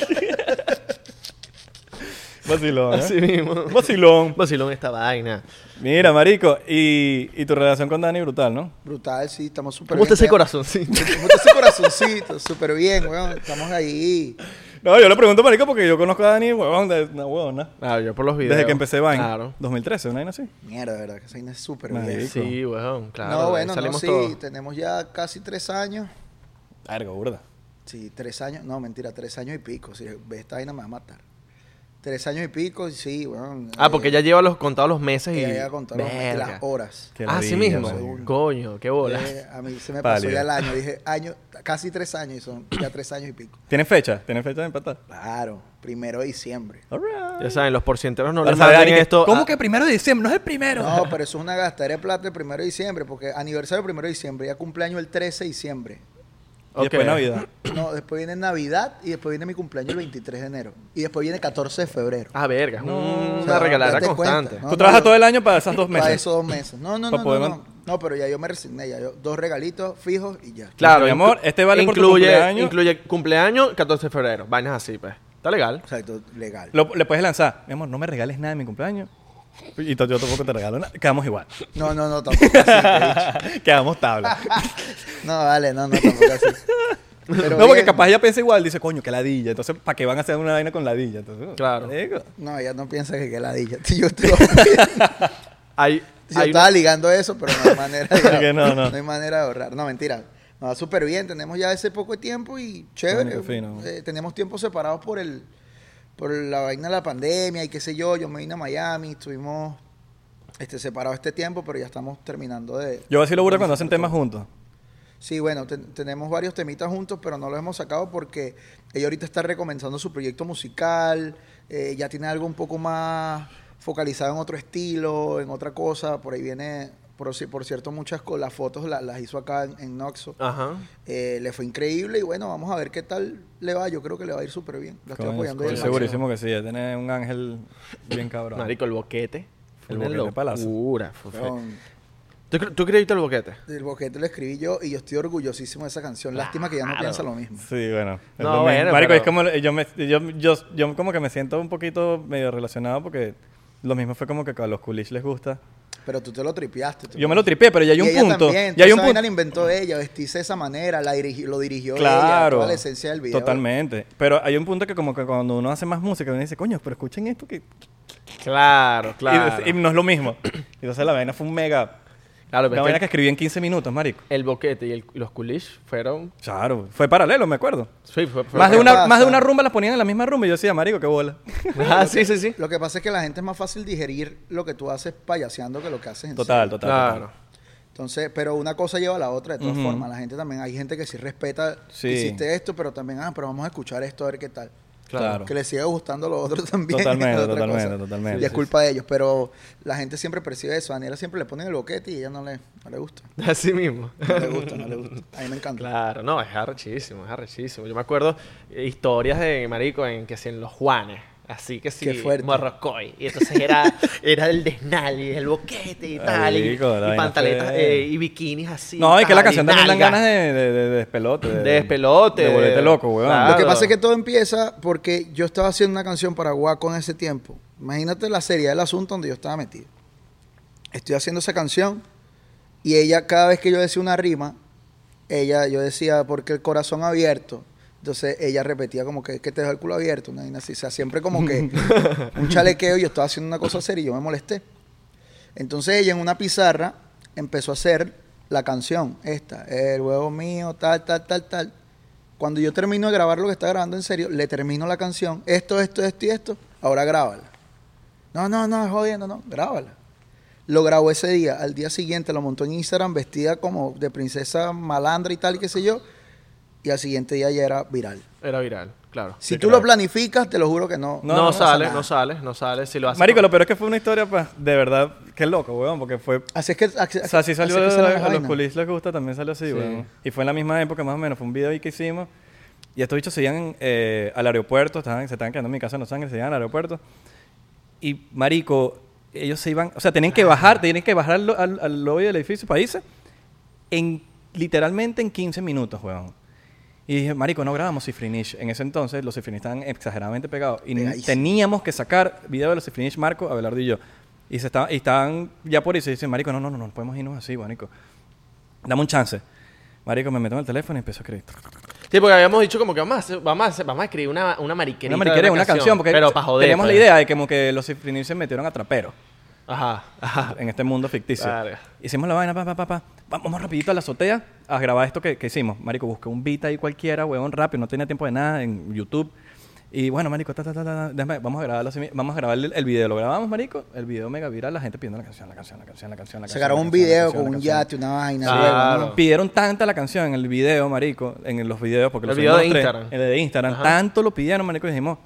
S3: Vacilón, ¿eh?
S2: Así mismo.
S3: Vacilón.
S2: Vacilón esta vaina.
S3: Mira, marico. Y, y tu relación con Dani brutal, ¿no?
S1: Brutal, sí, estamos súper
S2: ¿Cómo está ese
S1: bien.
S2: corazoncito?
S1: ¿Cómo está ese corazoncito? Súper bien, weón. Estamos ahí.
S3: No, yo le pregunto, marico, porque yo conozco a Dani, huevón, de una huevona.
S2: Ah, yo por los videos.
S3: Desde que empecé Vine.
S2: Claro.
S3: 2013, una vaina así.
S1: Mierda, de verdad, que esa vaina es súper
S3: Marico.
S1: bien.
S2: Sí, weón, claro.
S1: no,
S2: ahí
S1: bueno, no,
S2: salimos
S1: sí,
S2: todos.
S1: tenemos ya casi tres años.
S3: Verga, burda.
S1: Sí, tres años, no, mentira, tres años y pico. Si ves esta vaina me va a matar. Tres años y pico, y sí, weón. eh,
S2: Ah, porque ya lleva los, contados los meses y...
S1: Ella ya contó los-
S2: Verga.
S1: las horas.
S3: Qué
S2: ah, sí
S3: ladilla,
S2: mismo.
S3: marico.
S2: Coño, qué bola.
S1: Eh, a mí se me pasó
S3: Pálido.
S1: ya el año. Dije, año, casi tres años y son ya tres años y pico.
S3: ¿Tienen fecha? ¿Tienen fecha de empatar?
S1: Claro, primero de diciembre.
S2: Ya saben, los porcienteros no
S3: Ahora
S2: les
S3: sabe
S2: mandan
S3: Dani que-
S2: esto.
S3: ¿Cómo
S2: a-
S3: que primero de diciembre? No es el primero.
S1: No, pero eso es una gastadera de plata el primero de diciembre, porque aniversario el primero de diciembre, ya cumpleaños el 13 de diciembre.
S3: Y después
S2: Ok.
S3: Navidad.
S1: No, después viene Navidad y después viene mi cumpleaños el 23 de enero. Y después viene 14 de febrero.
S2: Ah, verga. es
S1: O
S2: Una
S1: sea,
S2: regaladera
S1: date cuenta,
S2: constante.
S1: ¿no?
S3: Tú trabajas
S1: yo-
S3: todo el año para esas dos meses.
S1: Para esos dos meses. No, no,
S3: Para
S1: no,
S3: poder
S1: no,
S3: man-
S1: no. No, pero ya yo me resigné, ya yo, dos regalitos fijos y ya.
S2: Claro.
S3: Mi amor,
S2: inclu-
S3: este vale por tu
S2: incluye,
S3: cumpleaños.
S2: Incluye cumpleaños 14 de febrero. Vainas así, pues. Está legal.
S1: Exacto, legal.
S3: Lo- le puedes lanzar. Mi amor, no me regales nada de mi cumpleaños. Y to- yo tampoco te regalo nada. Quedamos igual.
S1: No, no, no, tampoco así.
S3: Quedamos tabla.
S1: No, vale, no, no, tampoco así. Pero
S3: no, porque
S1: bien.
S3: capaz ella piensa igual. Dice, coño, qué ladilla. Entonces, ¿para qué van a hacer una vaina con ladilla? Entonces,
S2: Claro.
S3: marico.
S1: No, ella no piensa que qué ladilla. Yo, te lo- yo
S2: Hay, hay
S1: estaba
S2: una-
S1: ligando eso, pero no hay manera de,
S3: Que no, no.
S1: hay manera de ahorrar. No, mentira. Nos va súper bien. Tenemos ya ese poco de tiempo y chévere.
S3: Coño, qué fino.
S1: Eh, tenemos tiempo separados por el por la vaina de la pandemia y qué sé yo. Yo me vine a Miami, estuvimos este, separados este tiempo, pero ya estamos terminando de...
S3: Yo así lo burda cuando hacen temas juntos.
S1: Sí, bueno, ten- tenemos varios temitas juntos, pero no los hemos sacado porque ella ahorita está recomenzando su proyecto musical, eh, ya tiene algo un poco más focalizado en otro estilo, en otra cosa, por ahí viene, por, ci- por cierto, muchas con las fotos la- las hizo acá en, en Noxo,
S2: Ajá.
S1: Eh, le fue increíble y bueno, vamos a ver qué tal le va, yo creo que le va a ir súper bien, la estoy
S3: Coño,
S1: apoyando.
S3: Estoy
S1: ahí al
S3: segurísimo que sí. Ya tiene un ángel bien cabrón.
S2: Marico, el boquete.
S3: El
S2: Fue una
S3: boquete palazo.
S2: locura. Fue-
S1: máximo.
S2: fue-
S1: Con-
S2: ¿Tú, cre- tú creíste el boquete?
S1: El boquete lo escribí yo y yo estoy orgullosísimo de esa canción, lástima que ya no
S2: Claro.
S1: piensa lo mismo.
S3: Sí, bueno. es
S2: No,
S3: lo mismo.
S2: bueno,
S3: Marico,
S2: pero-
S3: es como yo, me, yo, yo, yo como que me siento un poquito medio relacionado porque lo mismo fue como que a los culish les gusta.
S1: Pero tú te lo tripeaste. tú
S3: Yo me lo tripé, pero ya hay
S1: Y
S3: un
S1: ella
S3: punto.
S1: También,
S3: ya hay un
S1: punto. la
S3: punto.
S1: inventó ella, vestirse de esa manera, la dirigi- lo dirigió ella,
S3: Claro.
S1: toda la esencia del video.
S3: Totalmente. Pero hay un punto que como que cuando uno hace más música, uno dice, coño, pero escuchen esto que...
S2: Claro, claro.
S3: Y, y no es lo mismo. Entonces la vaina fue un mega...
S2: claro,
S3: la
S2: pero
S3: vaina
S2: es
S3: que
S2: que
S3: escribí en 15 minutos, marico.
S2: el boquete y el- los culish fueron...
S3: Claro. Fue paralelo, me acuerdo.
S2: Sí, fue, fue-
S3: Más de,
S1: que
S3: una,
S1: pasa.
S3: más de una rumba las ponían en la misma rumba y yo decía, marico, qué bola.
S2: Ah, sí, sí, sí.
S1: Lo que pasa es que la gente es más fácil digerir lo que tú haces payaseando que lo que haces en
S3: Total, total.
S1: serio.
S2: Claro.
S3: total.
S1: Entonces, pero una cosa lleva a la otra de todas formas. La gente también, hay gente que sí respeta,
S3: Sí.
S1: hiciste esto, pero también, ah, pero vamos a escuchar esto a ver qué tal.
S3: Claro.
S1: Que le siga gustando lo otro también.
S3: Totalmente,
S1: es otra
S3: totalmente,
S1: cosa.
S3: totalmente.
S1: Y es
S3: Sí,
S1: culpa de ellos, pero la gente siempre percibe eso. A Daniela siempre le ponen el boquete y a ella no le, no le gusta.
S2: Así mismo.
S1: No le gusta, no le gusta. A mí me encanta.
S2: Claro, no, es arrechísimo, es arrechísimo. Yo me acuerdo eh, historias de Marico en que si en los Juanes, así que si
S1: Qué fuerte.
S2: Morrocoy. Y entonces era, era el desnali, el boquete y tal. y-
S3: Marico, la
S2: y
S3: vaina
S2: pantaletas
S3: fue-
S2: eh, y bikinis así.
S3: No, y que la
S2: tal,
S3: canción también dan
S2: nalga.
S3: ganas de, de, de- de despelote.
S2: De despelote,
S3: De volverte
S2: de-
S3: loco, weón.
S2: Claro.
S1: Lo que pasa es que todo empieza porque yo estaba haciendo una canción para Guaco en ese tiempo. Imagínate la seriedad del asunto donde yo estaba metido. Estoy haciendo esa canción y ella, cada vez que yo decía una rima, ella, yo decía, porque el corazón abierto. Entonces ella repetía como que, que te dejo el culo abierto, una vaina así. O sea, siempre como que un chalequeo. Yo estaba haciendo una cosa seria y yo me molesté. Entonces ella en una pizarra empezó a hacer la canción, esta, el huevo mío, tal, tal, tal, tal. Cuando yo termino de grabar lo que está grabando en serio, le termino la canción, esto, esto, esto y esto, ahora grábala. No, no, no, jodiendo, no, grábala. Lo grabó ese día, al día siguiente lo montó en Instagram vestida como de princesa malandra y tal, qué sé yo, y al siguiente día ya era viral.
S2: Era viral, claro.
S1: Si tú lo planificas, te lo juro que no.
S2: No,
S3: no, no pasa
S2: sale,
S1: nada.
S2: no sale, no sale. Si lo haces.
S3: Marico, lo peor es que fue una historia, pues, de verdad, qué loco, weón, porque fue...
S1: Así es que...
S3: O sea, sí salió
S1: así es que
S3: de-
S1: salen las
S3: a los
S1: vainas.
S3: culis les gusta, también salió así,
S2: Sí.
S3: weón. Y fue en la misma época, más o menos, fue un video ahí que hicimos. Y estos bichos se iban eh, al aeropuerto, estaban, se estaban quedando en mi casa en Los Ángeles, se iban al aeropuerto. Y, marico, ellos se iban... O sea, tenían que bajar, tenían que bajar al, al- al lobby del edificio para irse en, literalmente en 15 minutos, weón. Y dije, marico, no grabamos Cifrinish. En ese entonces los Cifrinish estaban exageradamente pegados. Y
S1: Pegadísimo.
S3: teníamos que sacar video de los Cifrinish, Marco, Abelardo y yo. Y, se estaban, y estaban ya por irse. Y dicen, marico, no, no, no, no podemos irnos así, marico. Dame un chance. Marico, me meto en el teléfono y empiezo a escribir.
S2: Sí, porque habíamos dicho como que vamos a, hacer- vamos a, hacer- vamos a escribir una, una mariquerita.
S3: Una mariquera,
S2: de
S3: una canción. porque
S2: pero para joder.
S3: teníamos
S2: pues.
S3: la idea de que como que los Cifrinish se metieron a trapero
S2: Ajá, ajá.
S3: en este mundo ficticio.
S2: Verga.
S3: Hicimos la vaina, pa, pa, pa, pa. Va- Vamos rapidito a la azotea a grabar esto que, que hicimos. Marico, busqué un beat ahí cualquiera, huevón, rápido. No tenía tiempo de nada en YouTube. Y bueno, marico, ta, ta, ta, ta, ta, déjame- vamos a grabarlo así mi- Vamos a grabar el, el video. Lo grabamos, marico. El video mega viral. La gente pidiendo la canción, la canción, la canción, la canción, la canción.
S1: Sacaron
S3: la
S1: un
S3: canción, la
S1: video
S3: canción,
S1: con
S3: la
S1: un
S3: canción.
S1: yate, una vaina.
S2: Claro.
S1: luego, ¿no?
S3: Pidieron tanta la canción en el video, marico, en los videos, porque
S2: El
S3: los
S2: video
S3: subimos
S2: de
S3: tres,
S2: Instagram.
S3: El de Instagram.
S2: Ajá.
S3: Tanto lo pidieron, marico, y dijimos,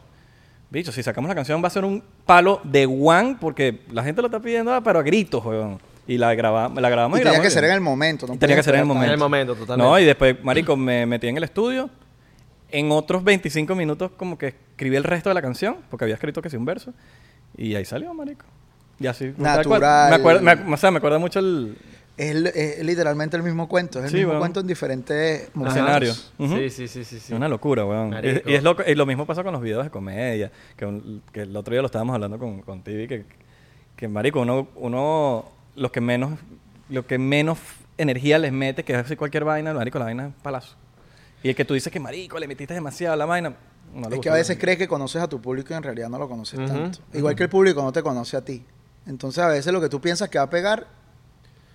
S3: bicho, si sacamos la canción va a ser un palo de one, porque la gente lo está pidiendo, ah, pero a gritos, weón. Y la, graba, la grabamos
S1: Y
S3: y
S1: tenía
S3: grabamos
S1: que
S3: y-
S1: ser en el momento. no
S3: y tenía
S1: podía
S3: que ser en
S1: esperar
S3: el momento.
S2: En el momento, totalmente.
S3: No, y después, marico, me metí en el estudio. En otros 25 minutos como que escribí el resto de la canción, porque había escrito que sí un verso. Y ahí salió, marico. Y así. tal cual.
S1: Natural.
S3: Me acuerdo, me ac- o sea, me acuerda mucho el,
S1: Es, l- es literalmente el mismo cuento. Es el
S3: Sí,
S1: mismo
S3: weón.
S1: cuento en diferentes momentos.
S3: escenario. Ujú.
S2: Sí, sí, sí, sí. sí.
S3: Es una locura, weón.
S2: Marico.
S3: Y, y es loco- y lo mismo pasa con los videos de comedia. Que, un- que el otro día lo estábamos hablando con, con Tibi, que, que marico, uno, uno los que menos, lo que menos energía les mete, que es así cualquier vaina, marico, la vaina es palazo. Y el que tú dices que marico, le metiste demasiado a la vaina, no le
S1: es que
S3: gustó
S1: a
S3: la
S1: veces
S3: vaina.
S1: crees que conoces a tu público y en realidad no lo conoces
S2: Ujú,
S1: tanto. Igual que el público no te conoce a ti. Entonces a veces lo que tú piensas que va a pegar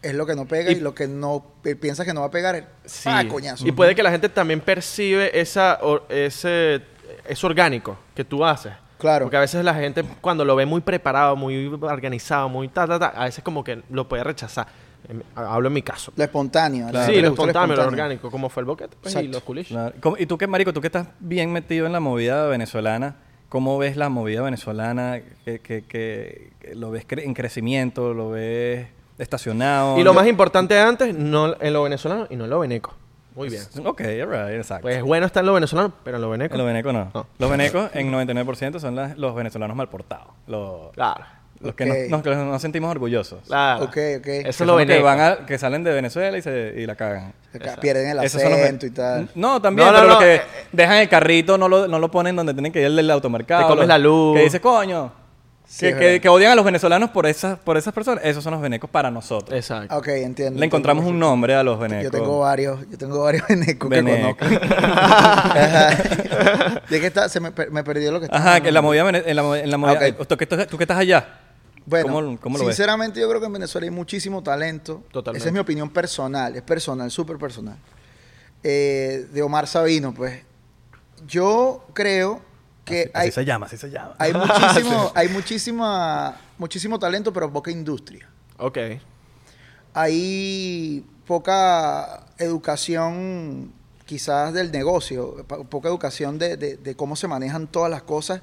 S1: es lo que no pega y,
S2: Y-
S1: lo que no pi- piensas que no va a pegar es
S2: Sí.
S1: ¡ah, coñazo!
S2: Y puede que la gente también percibe esa, or- ese, eso orgánico que tú haces.
S1: Claro.
S2: Porque a veces la gente, cuando lo ve muy preparado, muy organizado, muy ta, ta, ta, a veces como que lo puede rechazar. Em, Hablo en mi caso.
S1: Lo espontáneo. a la gente
S2: Sí,
S1: le
S2: lo
S1: gusta
S2: espontáneo, lo orgánico, como fue el boquete pues, y
S1: Exacto.
S2: los culiches.
S3: Claro. ¿Cómo- Y tú que, marico, tú que estás bien metido en la movida venezolana, ¿cómo ves la movida venezolana? Que, que- que- que lo ves cre- en crecimiento, lo ves estacionado.
S2: Y lo
S3: Yo-
S2: más importante antes, no en lo venezolano y no en lo veneco. Muy bien.
S3: Ok, alright, exacto.
S2: Pues bueno está en lo venezolano, pero en lo veneco.
S3: En Los venecos no.
S2: No.
S3: Los venecos en 99% son las- los venezolanos mal portados. Los,
S2: Claro.
S3: los que
S1: Ok.
S3: nos- nos, que nos sentimos orgullosos.
S2: Claro.
S1: Ok, ok.
S2: Eso
S1: Que
S2: es
S3: Que
S2: lo
S3: son los
S2: veneco.
S3: Que, van a- que salen de Venezuela y, se, y la cagan.
S1: Acá Pierden el
S3: Esos son los
S1: acento
S3: ve-
S1: y tal.
S3: No, también,
S2: No, no,
S3: pero
S2: no,
S3: los que
S2: eh,
S3: dejan el carrito, no lo, no lo ponen donde tienen que ir del automercado.
S2: Te comes
S3: los-
S2: la luz.
S3: Que dice, coño.
S1: Sí, es
S3: que, que-
S1: verdad.
S3: que odian a los venezolanos por esas, por esas personas. Esos son los venecos para nosotros.
S2: Exacto.
S1: Ok, entiendo.
S3: Le encontramos un E nombre a los venecos.
S1: Yo tengo varios, yo tengo varios venecos que
S3: Veneco.
S1: conozco. Ajá. ¿De qué está? Se me, per- me perdió lo que estaba
S3: Ajá, que en la
S1: hablando.
S3: movida. vene- En la, movi- en la movida eh,
S1: Ah, ok.
S3: tú, que estás- tú que estás allá.
S1: Bueno,
S3: ¿Cómo- cómo lo ves?
S1: sinceramente yo creo que en Venezuela hay muchísimo talento.
S2: Totalmente.
S1: Esa es mi opinión personal, es personal, súper personal. Eh, de Omar Sabino, pues. Yo creo que hay,
S3: Así se llama, así se llama.
S1: hay muchísimo, hay muchísima, muchísimo talento, pero poca industria.
S2: Ok.
S1: Hay poca educación quizás del negocio, po- poca educación de- de- de cómo se manejan todas las cosas.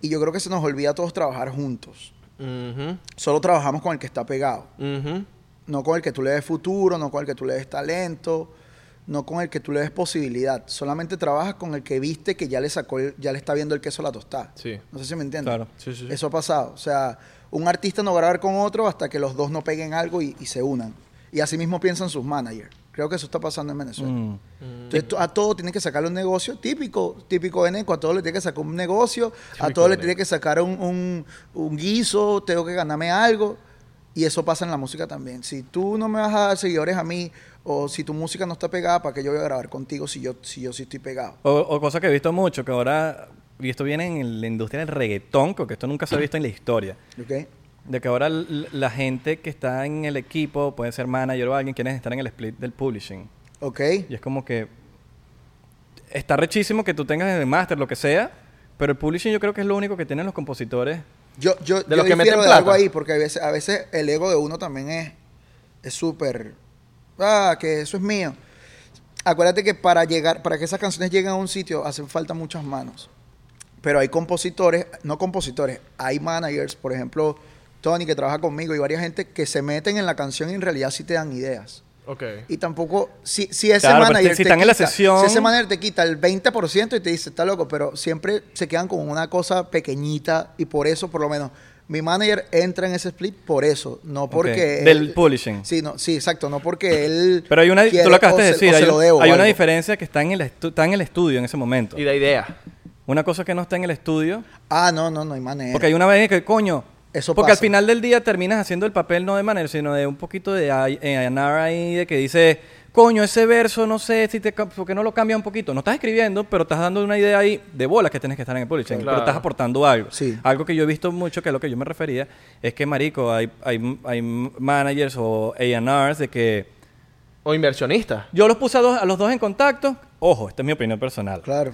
S1: Y yo creo que se nos olvida a todos trabajar juntos.
S2: Ujú,
S1: Solo trabajamos con el que está pegado
S2: ujú.
S1: no con el que tú le des futuro, no con el que tú le des talento, no con el que tú le des posibilidad. Solamente trabajas con el que viste que ya le sacó, el- ya le está viendo el queso a la tostada.
S2: Sí.
S1: No sé si me entiendes.
S3: Claro.
S2: Sí, sí, sí.
S1: Eso ha pasado. O sea, un artista no va a grabar con otro hasta que los dos no peguen algo y, y se unan. Y así mismo piensan sus managers. Creo que eso está pasando en Venezuela.
S3: Mm.
S1: Entonces, to- a todo tiene que sacarle un negocio típico, típico veneco. A todo le tiene que sacar un negocio, a
S2: Típico
S1: todo le
S2: veneco.
S1: tiene que sacar un, un- un guiso, tengo que ganarme algo. Y eso pasa en la música también. Si tú no me vas a dar seguidores a mí, o si tu música no está pegada, ¿para qué yo voy a grabar contigo si yo, si yo sí estoy pegado?
S3: O, o cosa que he visto mucho, que ahora, y esto viene en la industria del reggaetón, porque esto nunca se ha visto en la historia,
S1: ¿Ok?
S3: de que ahora l- la gente que está en el equipo, puede ser manager o alguien, quieren estar en el split del publishing.
S1: ¿Ok?
S3: Y es como que está rechísimo que tú tengas el máster, lo que sea, pero el publishing yo creo que es lo único que tienen los compositores.
S1: Yo, yo,
S2: De
S1: yo
S2: los que
S1: difiero
S2: meten
S1: de
S2: plata.
S1: algo ahí, porque a veces, a veces el ego de uno también es es súper. ah, que eso es mío. Acuérdate que para llegar, para que esas canciones lleguen a un sitio, hacen falta muchas manos. Pero hay compositores, no compositores, hay managers, por ejemplo, Tony que trabaja conmigo y varias gente que se meten en la canción y en realidad sí te dan ideas.
S2: Ok.
S1: Y tampoco, si, si ese
S3: Claro, pero
S1: manager
S3: te- si están en la
S1: quita-
S3: sesión-
S1: si ese manager te quita el 20% y te dice, está loco, pero siempre se quedan con una cosa pequeñita y por eso, por lo menos, mi manager entra en ese split por eso, no porque... él-
S3: Del publishing.
S1: Sí, no, sí, exacto, no porque él...
S3: Pero hay una,
S1: quiere
S3: tú lo acabaste
S1: o se-
S3: de
S1: o
S3: decir,
S1: se
S3: hay,
S1: lo debo
S3: hay
S1: o
S3: una
S1: algo.
S3: diferencia que está en, el estu- está en el estudio en ese momento.
S2: Y de idea.
S3: Una cosa que no está en el estudio,
S1: Ah, no, no, no hay manera.
S3: porque hay una vez que, coño,
S1: Eso
S3: porque al
S1: pasa.
S3: final del día terminas haciendo el papel no de manera, sino de un poquito de ay- eh, anar ahí, de que dice, coño, ese verso, no sé, si te, ca- ¿por qué no lo cambia un poquito? No estás escribiendo, pero estás dando una idea ahí de bolas que tienes que estar en el publishing,
S2: Claro.
S3: pero estás aportando algo.
S1: Sí.
S3: Algo que yo he visto mucho, que es lo que yo me refería, es que, marico, hay, hay, hay managers o A&Rs de que...
S2: O inversionista.
S3: Yo los puse a, dos- a los dos en contacto. Ojo, esta es mi opinión personal.
S1: Claro.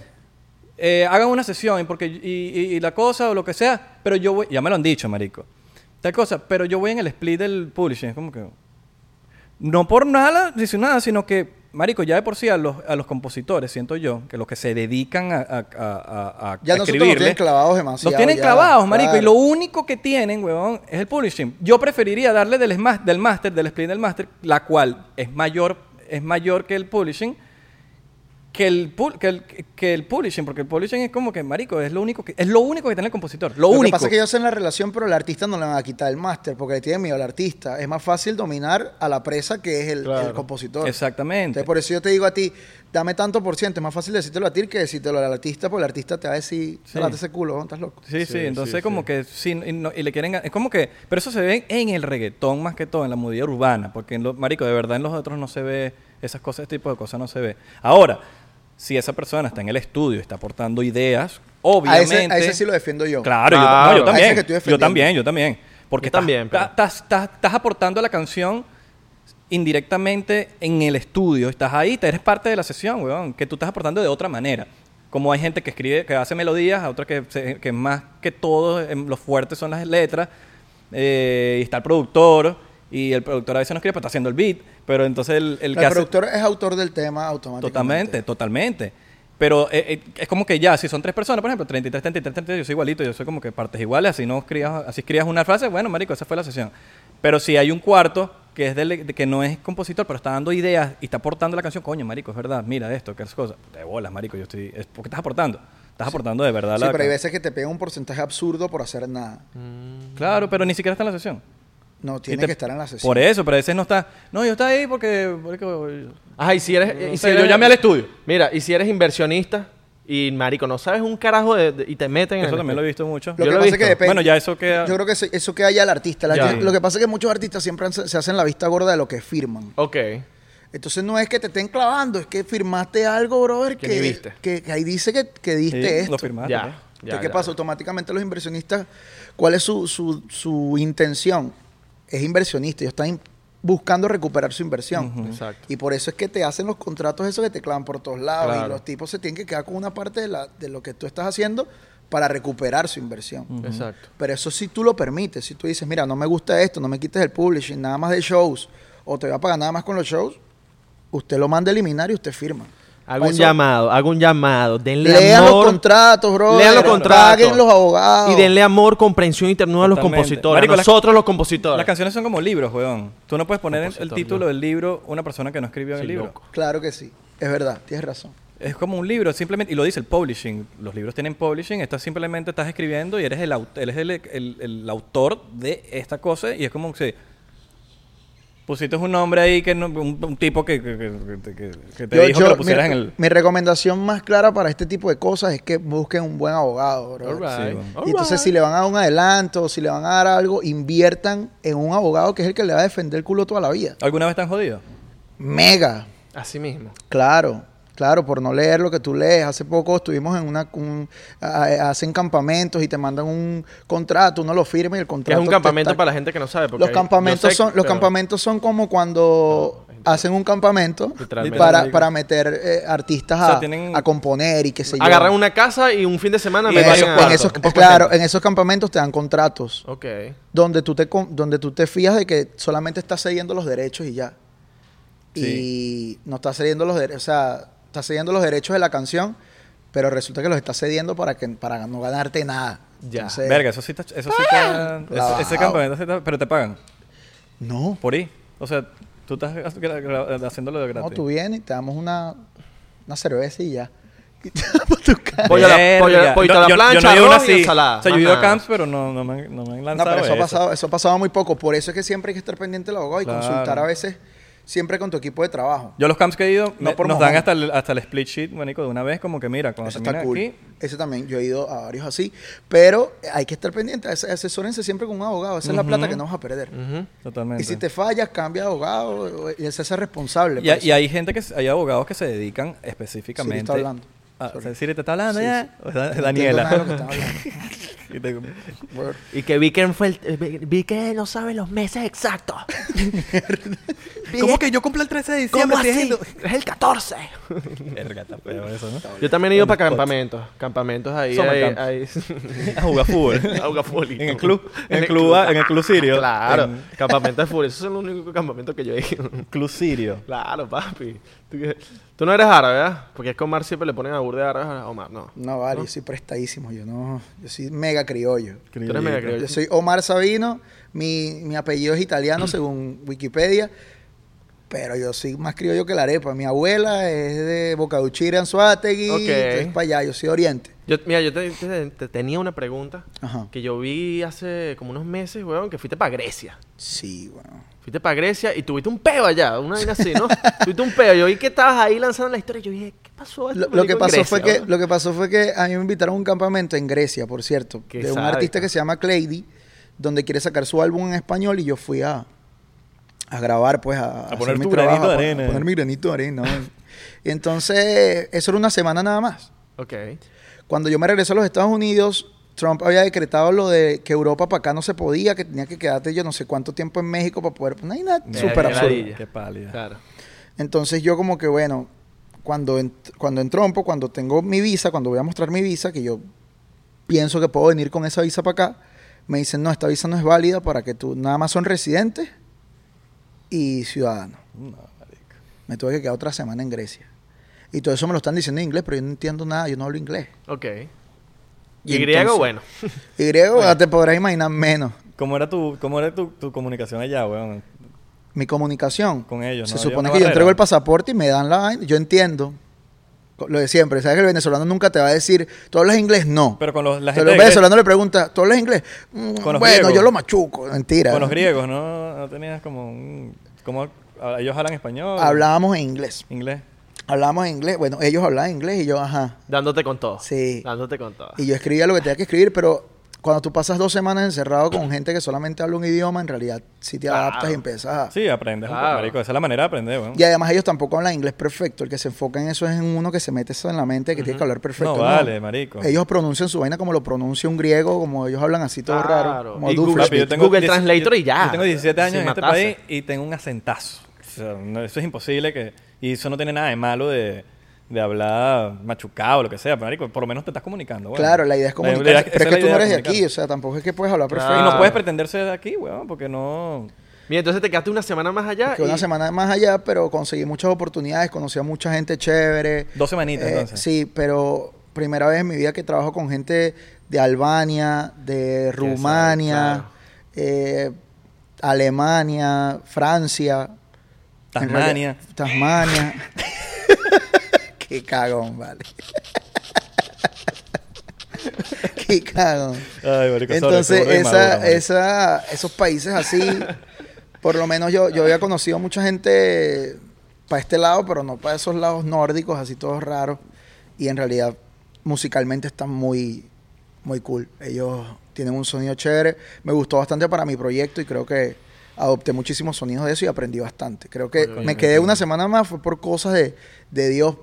S3: Eh, hagan una sesión y, porque, y, y- y la cosa o lo que sea, pero yo voy... Ya me lo han dicho, marico. Tal cosa, pero yo voy en el split del publishing. Es como que... No por nada, dice nada, sino que, marico, ya de por sí a los, a los compositores, siento yo, que los que se dedican a, a, a- a- a
S1: Ya nosotros los
S3: escribirle,
S1: tienen clavados Pues, demasiado,
S3: Los tienen
S1: ya,
S3: clavados, marico, y
S1: claro.
S3: lo único que tienen, huevón, es el publishing. Yo preferiría darle del, sma- del master, del split del master, la cual es mayor, es mayor que el publishing, que el, pul- que, el, que el publishing, porque el publishing es como que, marico, es lo único que, es lo único que tiene el compositor. Lo,
S1: Lo
S3: único.
S1: que pasa es que ellos hacen la relación, pero al artista no le van a quitar el máster porque le tienen miedo al artista. Es más fácil dominar a la presa que es el,
S2: Claro.
S1: el compositor.
S3: Exactamente.
S1: Entonces, por eso yo te digo a ti, dame tanto por ciento. Es más fácil decírtelo a ti que decírtelo al artista, porque el artista te va a decir,
S3: Sí.
S1: trate ese culo, ¿no? estás loco.
S3: Sí, sí,
S2: Sí,
S3: entonces
S2: sí,
S3: como
S2: sí.
S3: que sí, y, no- y le quieren... Es como que... Pero eso se ve en el reggaetón más que todo, en la movida urbana, porque en los... Marico, de verdad en los otros no se ve esas cosas, ese tipo de cosas no se ve. Ahora, si esa persona está en el estudio, está aportando ideas,
S1: A
S3: obviamente...
S1: ese, a ese sí lo defiendo yo.
S3: Claro, yo-
S2: Claro.
S3: no, yo,
S1: que
S2: A ese
S3: también.
S1: estoy
S3: Yo
S1: defendiendo.
S3: también, yo también. Porque
S2: Yo
S3: estás-
S2: también, pero-
S3: estás, estás- estás aportando a la canción indirectamente en el estudio. Estás ahí, te eres parte de la sesión, weón. Que tú estás aportando de otra manera. Como hay gente que escribe, que hace melodías, a otra que, se- que más que todo, em, lo fuerte son las letras. eh, y está el productor. Y el productor a veces no escribe, pero está haciendo el beat. Pero entonces el, el
S1: El,
S3: que hace-
S1: productor es autor del tema automáticamente.
S3: Totalmente, totalmente. Pero eh, eh, es como que ya, si son tres personas, por ejemplo, 33, 33, 33, yo soy igualito, yo soy como que partes iguales, así no crías, así crías una frase, bueno, marico, esa fue la sesión. Pero si hay un cuarto que es del- de que no es compositor, pero está dando ideas y está aportando la canción, coño, marico, es verdad, mira esto, que es cosa. De bolas, marico, yo estoy, es porque estás aportando, estás aportando de verdad
S1: Sí,
S3: la
S1: pero hay veces que te pegan un porcentaje absurdo por hacer nada.
S3: Claro, pero ni siquiera está en la sesión.
S1: No,
S3: Y
S1: tiene
S3: te-
S1: que estar en la sesión.
S3: Por eso, pero a veces no está, no, yo estaba ahí porque, porque-
S2: Ajá, y si eres.
S3: No
S2: y si
S3: sé,
S2: eres-
S3: yo llamé al estudio.
S2: Mira, y si eres inversionista y marico, no sabes un carajo de- de- y te meten en.
S3: eso
S2: el-
S3: también lo he visto mucho.
S1: Lo
S2: Yo
S1: que
S2: lo he
S1: pasa es que
S2: visto.
S1: depende.
S3: Bueno, ya eso queda-
S1: Yo creo que eso, eso queda ya al artista. La-
S2: Ya.
S1: Lo que pasa es que muchos artistas siempre han- se hacen la vista gorda de lo que firman.
S2: Ok.
S1: Entonces no es que te estén clavando, es que firmaste algo, brother,
S2: Que
S1: que,
S2: ni viste.
S1: que- que ahí dice que, que diste
S3: Sí,
S1: esto.
S3: lo firmaste. pues.
S2: Ya.
S1: Entonces,
S2: ya,
S1: ¿Qué
S2: ya.
S1: pasa? Automáticamente los inversionistas, ¿cuál es su, su- su intención? Es inversionista, ellos están in- buscando recuperar su inversión.
S2: Exacto.
S1: Y por eso es que te hacen los contratos esos que te clavan por todos lados
S2: Claro.
S1: y los tipos se tienen que quedar con una parte de, la- de lo que tú estás haciendo para recuperar su inversión.
S2: Exacto.
S1: Pero eso sí tú lo permites. Si tú dices, mira, no me gusta esto, no me quites el publishing, nada más de shows, o te voy a pagar nada más con los shows, usted lo manda a eliminar y usted firma.
S2: Hago
S1: Pa'
S2: un
S1: eso-
S2: llamado, hago un llamado. Denle
S1: Lean
S2: amor.
S1: los contratos, bro.
S2: lean los contratos.
S1: Paguen los abogados.
S2: Y denle amor, comprensión y ternura a los
S3: Totalmente.
S2: compositores.
S3: Marico,
S2: a
S3: las-
S2: nosotros los compositores.
S3: Las canciones son como libros, weón. Tú no puedes poner el- el
S2: Compositor,
S3: título
S2: yo.
S3: del libro una persona que no escribió en el
S2: Sí,
S3: libro.
S2: loco.
S1: Claro que sí. Es verdad, tienes razón.
S3: Es como un libro, simplemente, y lo dice el publishing. Los libros tienen publishing, estás simplemente estás escribiendo y eres el, aut- eres el, el- el autor de esta cosa y es como que si pusiste un nombre ahí, que no- un, un tipo que, que- que- que- que te
S1: Yo-
S3: dijo
S1: yo-
S3: que lo pusieras
S1: mi,
S3: en el...
S1: mi recomendación más clara para este tipo de cosas es que busquen un buen abogado, bro.
S2: All right,
S3: Sí, bueno.
S2: all
S1: Y entonces,
S2: right.
S1: si le van a dar un adelanto, si le van a dar algo, inviertan en un abogado que es el que le va a defender el culo toda la vida.
S3: ¿Alguna vez te han jodido?
S1: Mega.
S2: Así mismo.
S1: Claro, claro, por no leer lo que tú lees. Hace poco estuvimos en una. un- a- hacen campamentos y te mandan un contrato, uno lo firma y el
S2: Que
S1: contrato.
S2: es un
S1: te
S2: campamento
S1: está-
S2: para la gente que no sabe. porque
S1: Los
S2: hay-
S1: campamentos,
S2: yo sé,
S1: son, los
S2: pero-
S1: campamentos son como cuando hacen un campamento
S2: Literalmente.
S1: para, para meter eh, artistas
S3: O sea,
S1: a,
S3: tienen-
S1: a componer y qué sé yo.
S2: Agarran una casa y un fin de semana
S1: En
S2: meten
S1: esos-
S2: a-
S1: en esos-
S2: un poco de
S1: claro,
S2: gente.
S1: en esos campamentos te dan contratos
S2: Ok.
S1: donde tú te con- donde tú te fías de que solamente estás cediendo los derechos y ya. Y no estás cediendo los derechos, o sea, estás cediendo los derechos de la canción, pero resulta que los estás cediendo para que para no ganarte nada.
S2: Ya.
S1: Entonces,
S3: Verga, eso sí está... Eso sí está- eso- ese
S1: Clavado.
S3: campamento sí está- Pero te pagan
S1: No. pues,
S3: por ahí. O sea, Tú estás ha- gra- gra- haciéndolo de
S1: No,
S3: gratis.
S1: tú vienes y te damos una, una cerveza y ya. Y te damos tu cara.
S2: Pollo a la- pollo a la-
S3: Verga.
S2: pollito a
S3: No,
S2: la
S3: yo- yo
S2: plancha,
S3: no he ido a una
S2: arroz y
S3: así.
S2: ensalada.
S3: O sea, yo
S2: Más
S3: he ido a
S2: nada.
S3: camps, pero no, no, me, han- no me han
S1: No,
S3: lanzado eh.
S1: pero eso, ha
S3: esa.
S1: pasado, eso ha pasado muy poco. Por eso es que siempre hay que estar pendiente del abogado y
S3: Claro.
S1: consultar a veces, siempre con tu equipo de trabajo.
S3: Yo los camps que he ido me-
S1: No por
S3: nos
S1: mojón.
S3: dan hasta el, hasta el split sheet, manico, de una vez, como que mira, cuando
S1: Eso
S3: termina
S1: está cool.
S3: aquí...
S1: Eso también, yo he ido a varios así. Pero hay que estar pendiente. as- Asesórense siempre con un abogado. Esa es la plata que no vas a perder.
S3: Totalmente.
S1: Y si te fallas, cambia de abogado eh, y se hace responsable. pues.
S3: Y,
S1: por
S3: hay-
S1: eso.
S3: y hay gente que se- hay abogados que se dedican específicamente.
S1: Siri está hablando.
S3: Ah,
S1: Sorry.
S3: Siri te está hablando
S1: Sí,
S3: ya. O sea,
S1: No entiendo nada de lo que
S3: Daniela.
S1: están hablando.
S3: Y te-
S1: Bueno,
S2: Y que Viken fue el. eh, Viken no sabe los meses exactos.
S3: ¿Cómo que yo cumplo el 13 de
S2: ¿Cómo
S3: diciembre?
S2: así?
S3: siendo-
S2: Es el 14.
S3: Verga, está feo eso, ¿no?
S2: Yo también he ido para campamentos. Campamentos ahí.
S3: Summer
S2: ahí,
S3: camps.
S2: ahí-
S3: A jugar fútbol.
S2: Auga Full.
S3: En el club. En el club, ah, en el club sirio.
S2: Claro.
S3: En-
S2: Campamento de full. Esos son los únicos campamentos que yo he ido.
S3: Club sirio.
S2: Claro, papi. Tú, que- tú no eres árabe, ¿verdad? Porque es que Omar siempre le ponen a Bur de árabe a Omar. No.
S1: No, vale, yo soy prestadísimo. Yo no, yo soy mega criollo.
S2: Tú eres mega criollo.
S1: Yo soy Omar Sabino, mi, mi apellido es italiano según Wikipedia, pero yo soy más criollo que la arepa. Mi abuela es de Bocaduchira, Anzuategui,
S2: Ok.
S1: es para allá, yo soy de oriente.
S2: Yo- mira, yo te, te- te tenía una pregunta
S3: Ah.
S1: Ajá.
S2: que yo vi hace como unos meses, weón, que fuiste para Grecia.
S1: Sí, bueno.
S2: Fuiste para Grecia y tuviste un peo allá, una vaina así, ¿no? tuviste un peo. Yo vi que estabas ahí lanzando la historia. Yo dije, ¿qué pasó? a este
S1: Lo, lo que
S2: marico en
S1: pasó
S2: Grecia,
S1: fue que,
S2: weón?
S1: lo que pasó fue que a mí me invitaron a un campamento en Grecia, por cierto,
S2: Qué
S1: de un
S2: sádico.
S1: artista que se llama Cleidy, donde quiere sacar su álbum en español y yo fui a, a grabar, pues, a, hacer
S3: poner
S1: mi
S3: tu granito
S1: trabajo,
S3: de
S1: a pon-
S3: arena.
S1: A poner mi granito de arena. ¿no? y entonces, eso era una semana nada más.
S2: Ok.
S1: Cuando yo me regreso a los Estados Unidos, Trump había decretado lo de que Europa para acá no se podía, que tenía que quedarte yo no sé cuánto tiempo en México para poder. No hay nada
S2: Mierda,
S1: súper
S2: qué
S1: absurdo.
S2: ladilla.
S3: Qué pálida.
S2: Claro.
S1: Entonces yo, como que bueno, cuando, ent- cuando entrompo, cuando tengo mi visa, cuando voy a mostrar mi visa, que yo pienso que puedo venir con esa visa para acá, me dicen, no, esta visa no es válida para que tú. Nada más son residentes y ciudadanos.
S3: No, marico.
S1: Me tuve que quedar otra semana en Grecia. Y todo eso me lo están diciendo en inglés, pero yo no entiendo nada, yo no hablo inglés.
S2: Ok.
S1: Y
S2: Y, griego,
S1: entonces-
S2: bueno.
S1: Y griego, ah, te podrás imaginar menos.
S3: ¿Cómo era tu, cómo era tu, tu comunicación allá, weón?
S1: Mi comunicación.
S3: Con ellos,
S1: Se
S3: ¿no? Había
S1: supone
S3: una
S1: que yo
S3: barrera.
S1: entrego el pasaporte y me dan la vaina. Yo entiendo. Co- Lo de siempre. Sabes que el venezolano nunca te va a decir, ¿tú hablas inglés? No.
S3: Pero con los, la
S1: Pero
S3: gente
S1: el
S3: de Grecia-
S1: venezolano le pregunta, ¿tú hablas inglés? Mm,
S3: Con los
S1: bueno,
S3: griegos.
S1: yo lo machuco. Mentira.
S3: con los griegos, ¿no? No tenías como un... ¿Cómo a- ellos hablan español?
S1: Hablábamos en inglés.
S3: Inglés.
S1: Hablábamos en inglés. Bueno, ellos hablaban inglés y yo, ajá.
S2: Dándote con todo.
S1: Sí.
S2: Dándote con todo.
S1: Y yo escribía lo que tenía que escribir, pero cuando tú pasas dos semanas encerrado con gente que solamente habla un idioma, en realidad sí te
S2: Claro.
S1: adaptas y empiezas a...
S3: Sí, aprendes, un poco,
S2: Claro.
S3: marico. Esa es la manera de aprender, weón.
S1: Y además ellos tampoco hablan inglés perfecto. El que se enfoca en eso es en uno que se mete eso en la mente que tiene que hablar perfecto.
S3: No vale, marico.
S1: Ellos pronuncian su vaina como lo pronuncia un griego, como ellos hablan así todo
S2: Claro.
S1: raro. Como
S2: Y
S1: Doofus.
S2: Papi, yo tengo- Google Translator
S3: yo-
S2: y ya.
S3: Yo tengo 17 años
S2: Sin
S3: en este
S2: matarse.
S3: país y tengo un acentazo. O sea, no- eso es imposible que... Y eso no tiene nada de malo de, de hablar machucado o lo que sea. Pero, marico, por lo menos te estás comunicando, weón.
S1: Claro, la idea es
S3: La idea-
S1: comunicarse.
S3: esa
S1: Pero es que
S3: la
S1: tú no
S3: idea
S1: eres de
S3: comunicar.
S1: aquí, o sea, tampoco es que puedes hablar
S2: Claro.
S1: perfecto.
S3: Y no
S2: Ah.
S3: puedes pretenderse de aquí, weón, porque no...
S2: Mira, entonces te quedaste una semana más allá.
S1: Que
S2: y-
S1: una semana más allá, pero conseguí muchas oportunidades, conocí a mucha gente chévere.
S3: Dos semanitas,
S1: Eh,
S3: entonces.
S1: Sí, pero primera vez en mi vida que trabajo con gente de Albania, de Rumania,
S2: claro.
S1: eh, Alemania, Francia. En
S3: Tasmania.
S1: realidad- Tasmania. Qué cagón, vale. Qué cagón.
S3: Ay, marico, sorry,
S1: Entonces,
S3: seguro de
S1: esa-
S3: Maduro, marico.
S1: esa- esos países así, por lo menos yo, yo había conocido mucha gente para este lado, pero no para esos lados nórdicos, así todos raros. Y en realidad, musicalmente están muy, muy cool. Ellos tienen un sonido chévere. Me gustó bastante para mi proyecto y creo que adopté muchísimos sonidos de eso y aprendí bastante. Creo que
S2: Coño,
S1: me quedé una semana más, fue por cosas de, de Dios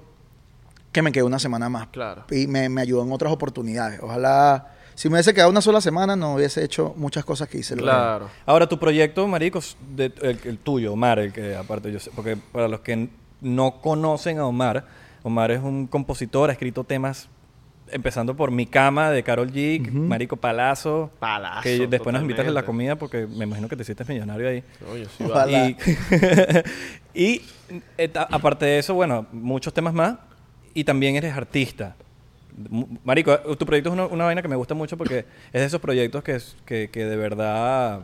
S1: que me quedé una semana más.
S2: Claro.
S1: Y me, me ayudó en otras oportunidades. Ojalá, si me hubiese quedado una sola semana, no hubiese hecho muchas cosas que hice. luego.
S2: Claro.
S3: Ahora, tu proyecto, marico, s- de- el, el tuyo, Omar, el que aparte yo sé, porque para los que n- no conocen a Omar, Omar es un compositor, ha escrito temas, empezando por Mi Cama de Carol G, Marico Palazo,
S2: Palazo,
S3: que después nos invitas a la
S2: totalmente.
S3: comida porque me imagino que te hiciste millonario ahí.
S2: Coño, sí, va.
S1: Ojalá.
S3: Y, y, et- a- aparte de eso, bueno, muchos temas más. Y también eres artista. Mu- Marico, eh, tu proyecto es una, una vaina que me gusta mucho porque es de esos proyectos que, es- que, que de verdad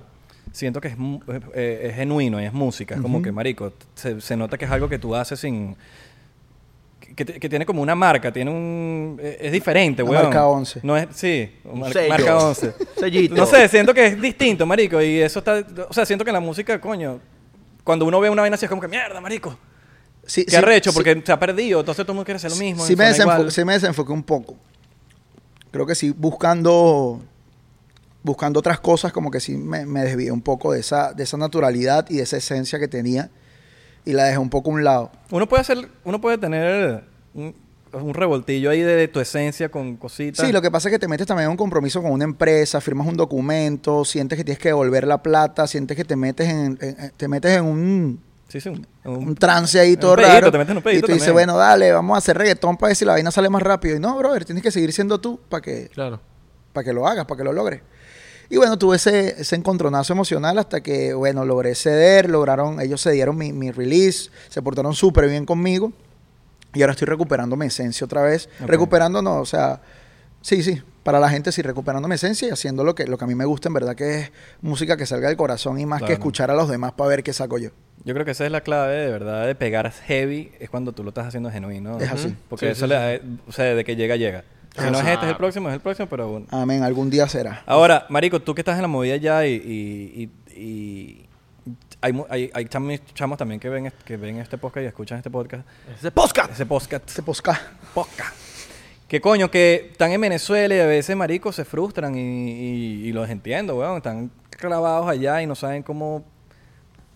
S3: siento que es, mu- eh, es genuino y es música. Es como que, marico, se, se nota que es algo que tú haces sin... Que, te- que tiene como una marca, tiene un... eh, Es diferente,
S1: Una
S3: weón.
S1: marca 11.
S3: No es, sí, mar-
S2: sello.
S3: marca 11.
S2: Sellito.
S3: No sé, siento que es distinto, marico. Y eso está... O sea, siento que la música, coño... Cuando uno ve una vaina así es como que, mierda, marico.
S1: Sí,
S3: Qué
S1: sí,
S3: arrecho,
S1: sí,
S3: porque se ha perdido. Entonces todo el mundo quiere hacer lo mismo.
S1: Sí me,
S3: suena
S1: desenfo-
S3: igual.
S1: sí me desenfoqué un poco. Creo que sí, buscando buscando otras cosas, como que sí me, me desvié un poco de esa, de esa naturalidad y de esa esencia que tenía y la dejé un poco a un lado.
S3: Uno puede hacer, uno puede tener un, un revoltillo ahí de tu esencia con cositas.
S1: Sí, lo que pasa es que te metes también en un compromiso con una empresa, firmas un documento, sientes que tienes que devolver la plata, sientes que te metes en, en- en- te metes en un,
S3: Sí, sí, un,
S1: un trance ahí todo
S3: un pedito,
S1: raro.
S3: te metes en un
S1: y
S3: pedito
S1: tú dices,
S3: también.
S1: bueno, dale, vamos a hacer reggaetón para ver si la vaina sale más rápido. Y no, brother, tienes que seguir siendo tú para que,
S2: Claro.
S1: para que lo hagas, para que lo logres. Y bueno, tuve ese, ese encontronazo emocional hasta que, bueno, logré ceder, lograron, ellos cedieron mi, mi release, se portaron súper bien conmigo y ahora estoy recuperando mi esencia otra vez.
S3: Ok.
S1: Recuperando, no, o sea, sí, sí, para la gente sí, recuperando mi esencia y haciendo lo que, lo que a mí me gusta, en verdad, que es música que salga del corazón y más que
S3: Claro.
S1: escuchar a los demás para ver qué saco yo.
S3: Yo creo que esa es la clave de verdad de pegar heavy es cuando tú lo estás haciendo genuino.
S1: Es así.
S3: Porque
S2: Sí,
S3: eso
S2: sí,
S3: le da, o sea, de que llega llega. Si no es este es el
S2: Claro.
S3: próximo, es el próximo, pero bueno.
S1: Amén, algún día será.
S3: Ahora, marico, tú que estás en la movida ya y, y, y- y hay, mu- hay, hay chami- chamos también que ven est- que ven este podcast y escuchan este podcast,
S2: Ese podcast.
S3: ese podcast.
S1: Se posca.
S3: Poca. Que coño, que están en Venezuela y a veces, marico, se frustran y, y- y los entiendo, weón. Están clavados allá y no saben cómo...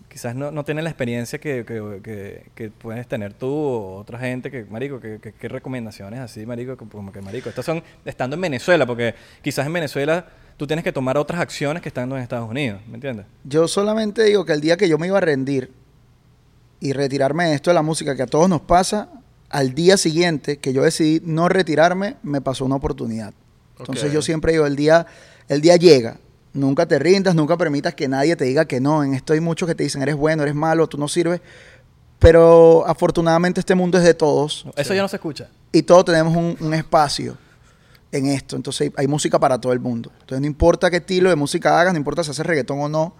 S3: Quizás no, no tienen la experiencia que, que- que- que puedes tener tú o otra gente que, marico, que, que- que recomendaciones así, marico, como- como que, marico, estas son estando en Venezuela, porque quizás en Venezuela tú tienes que tomar otras acciones que estando en Estados Unidos, ¿me entiendes?
S1: Yo solamente digo que el día que yo me iba a rendir y retirarme de esto de la música que a todos nos pasa, al día siguiente que yo decidí no retirarme, me pasó una oportunidad. Entonces
S2: Ok.
S1: yo siempre digo, el día, el día llega. Nunca te rindas, nunca permitas que nadie te diga que no. En esto hay muchos que te dicen, eres bueno, eres malo, tú no sirves. Pero afortunadamente este mundo es de todos
S3: Eso ya no se escucha.
S1: y todos tenemos un, un espacio en esto. Entonces hay, hay música para todo el mundo. Entonces no importa qué estilo de música hagas, no importa si haces reggaetón o no,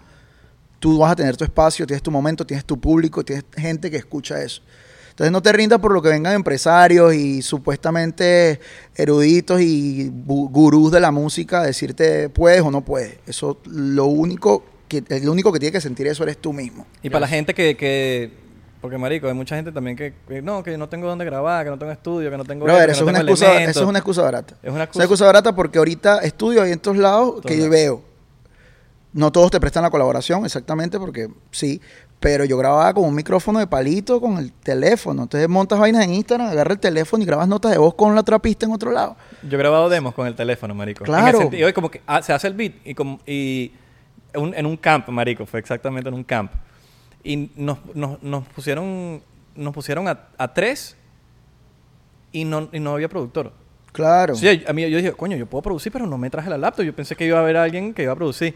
S1: tú vas a tener tu espacio, tienes tu momento, tienes tu público, tienes gente que escucha eso. Entonces no te rindas por lo que vengan empresarios y supuestamente eruditos y bu- gurús de la música a decirte puedes o no puedes. Eso lo único que el único que tiene que sentir eso eres tú mismo.
S3: Y para la gente que, que- Porque, marico, hay mucha gente también que, que, No, que no tengo dónde grabar, que no tengo estudio, que no tengo...
S1: Brother,
S3: esto,
S1: eso, es
S3: que no
S1: una
S3: tengo
S1: excusa,
S3: elementos".
S1: eso es una excusa barata.
S3: Es una
S1: Es una excusa barata porque ahorita estudio ahí en todos lados que yo
S3: lados.
S1: veo. No todos te prestan la colaboración, exactamente, porque sí. Pero yo grababa con un micrófono de palito con el teléfono. Entonces montas vainas en Instagram, agarras el teléfono y grabas notas de voz con la trapista en otro lado.
S3: Yo he grabado demos con el teléfono, marico.
S1: Claro.
S3: En el sentido de como que ah, se hace el beat y, como, y un- en un camp, marico. Fue exactamente en un camp. Y nos, nos, nos pusieron, nos pusieron a, a tres y no, y no había productor.
S1: Claro.
S3: Sí, a mí yo dije, coño, yo puedo producir, pero no me traje la laptop. Yo pensé que iba a haber alguien que iba a producir.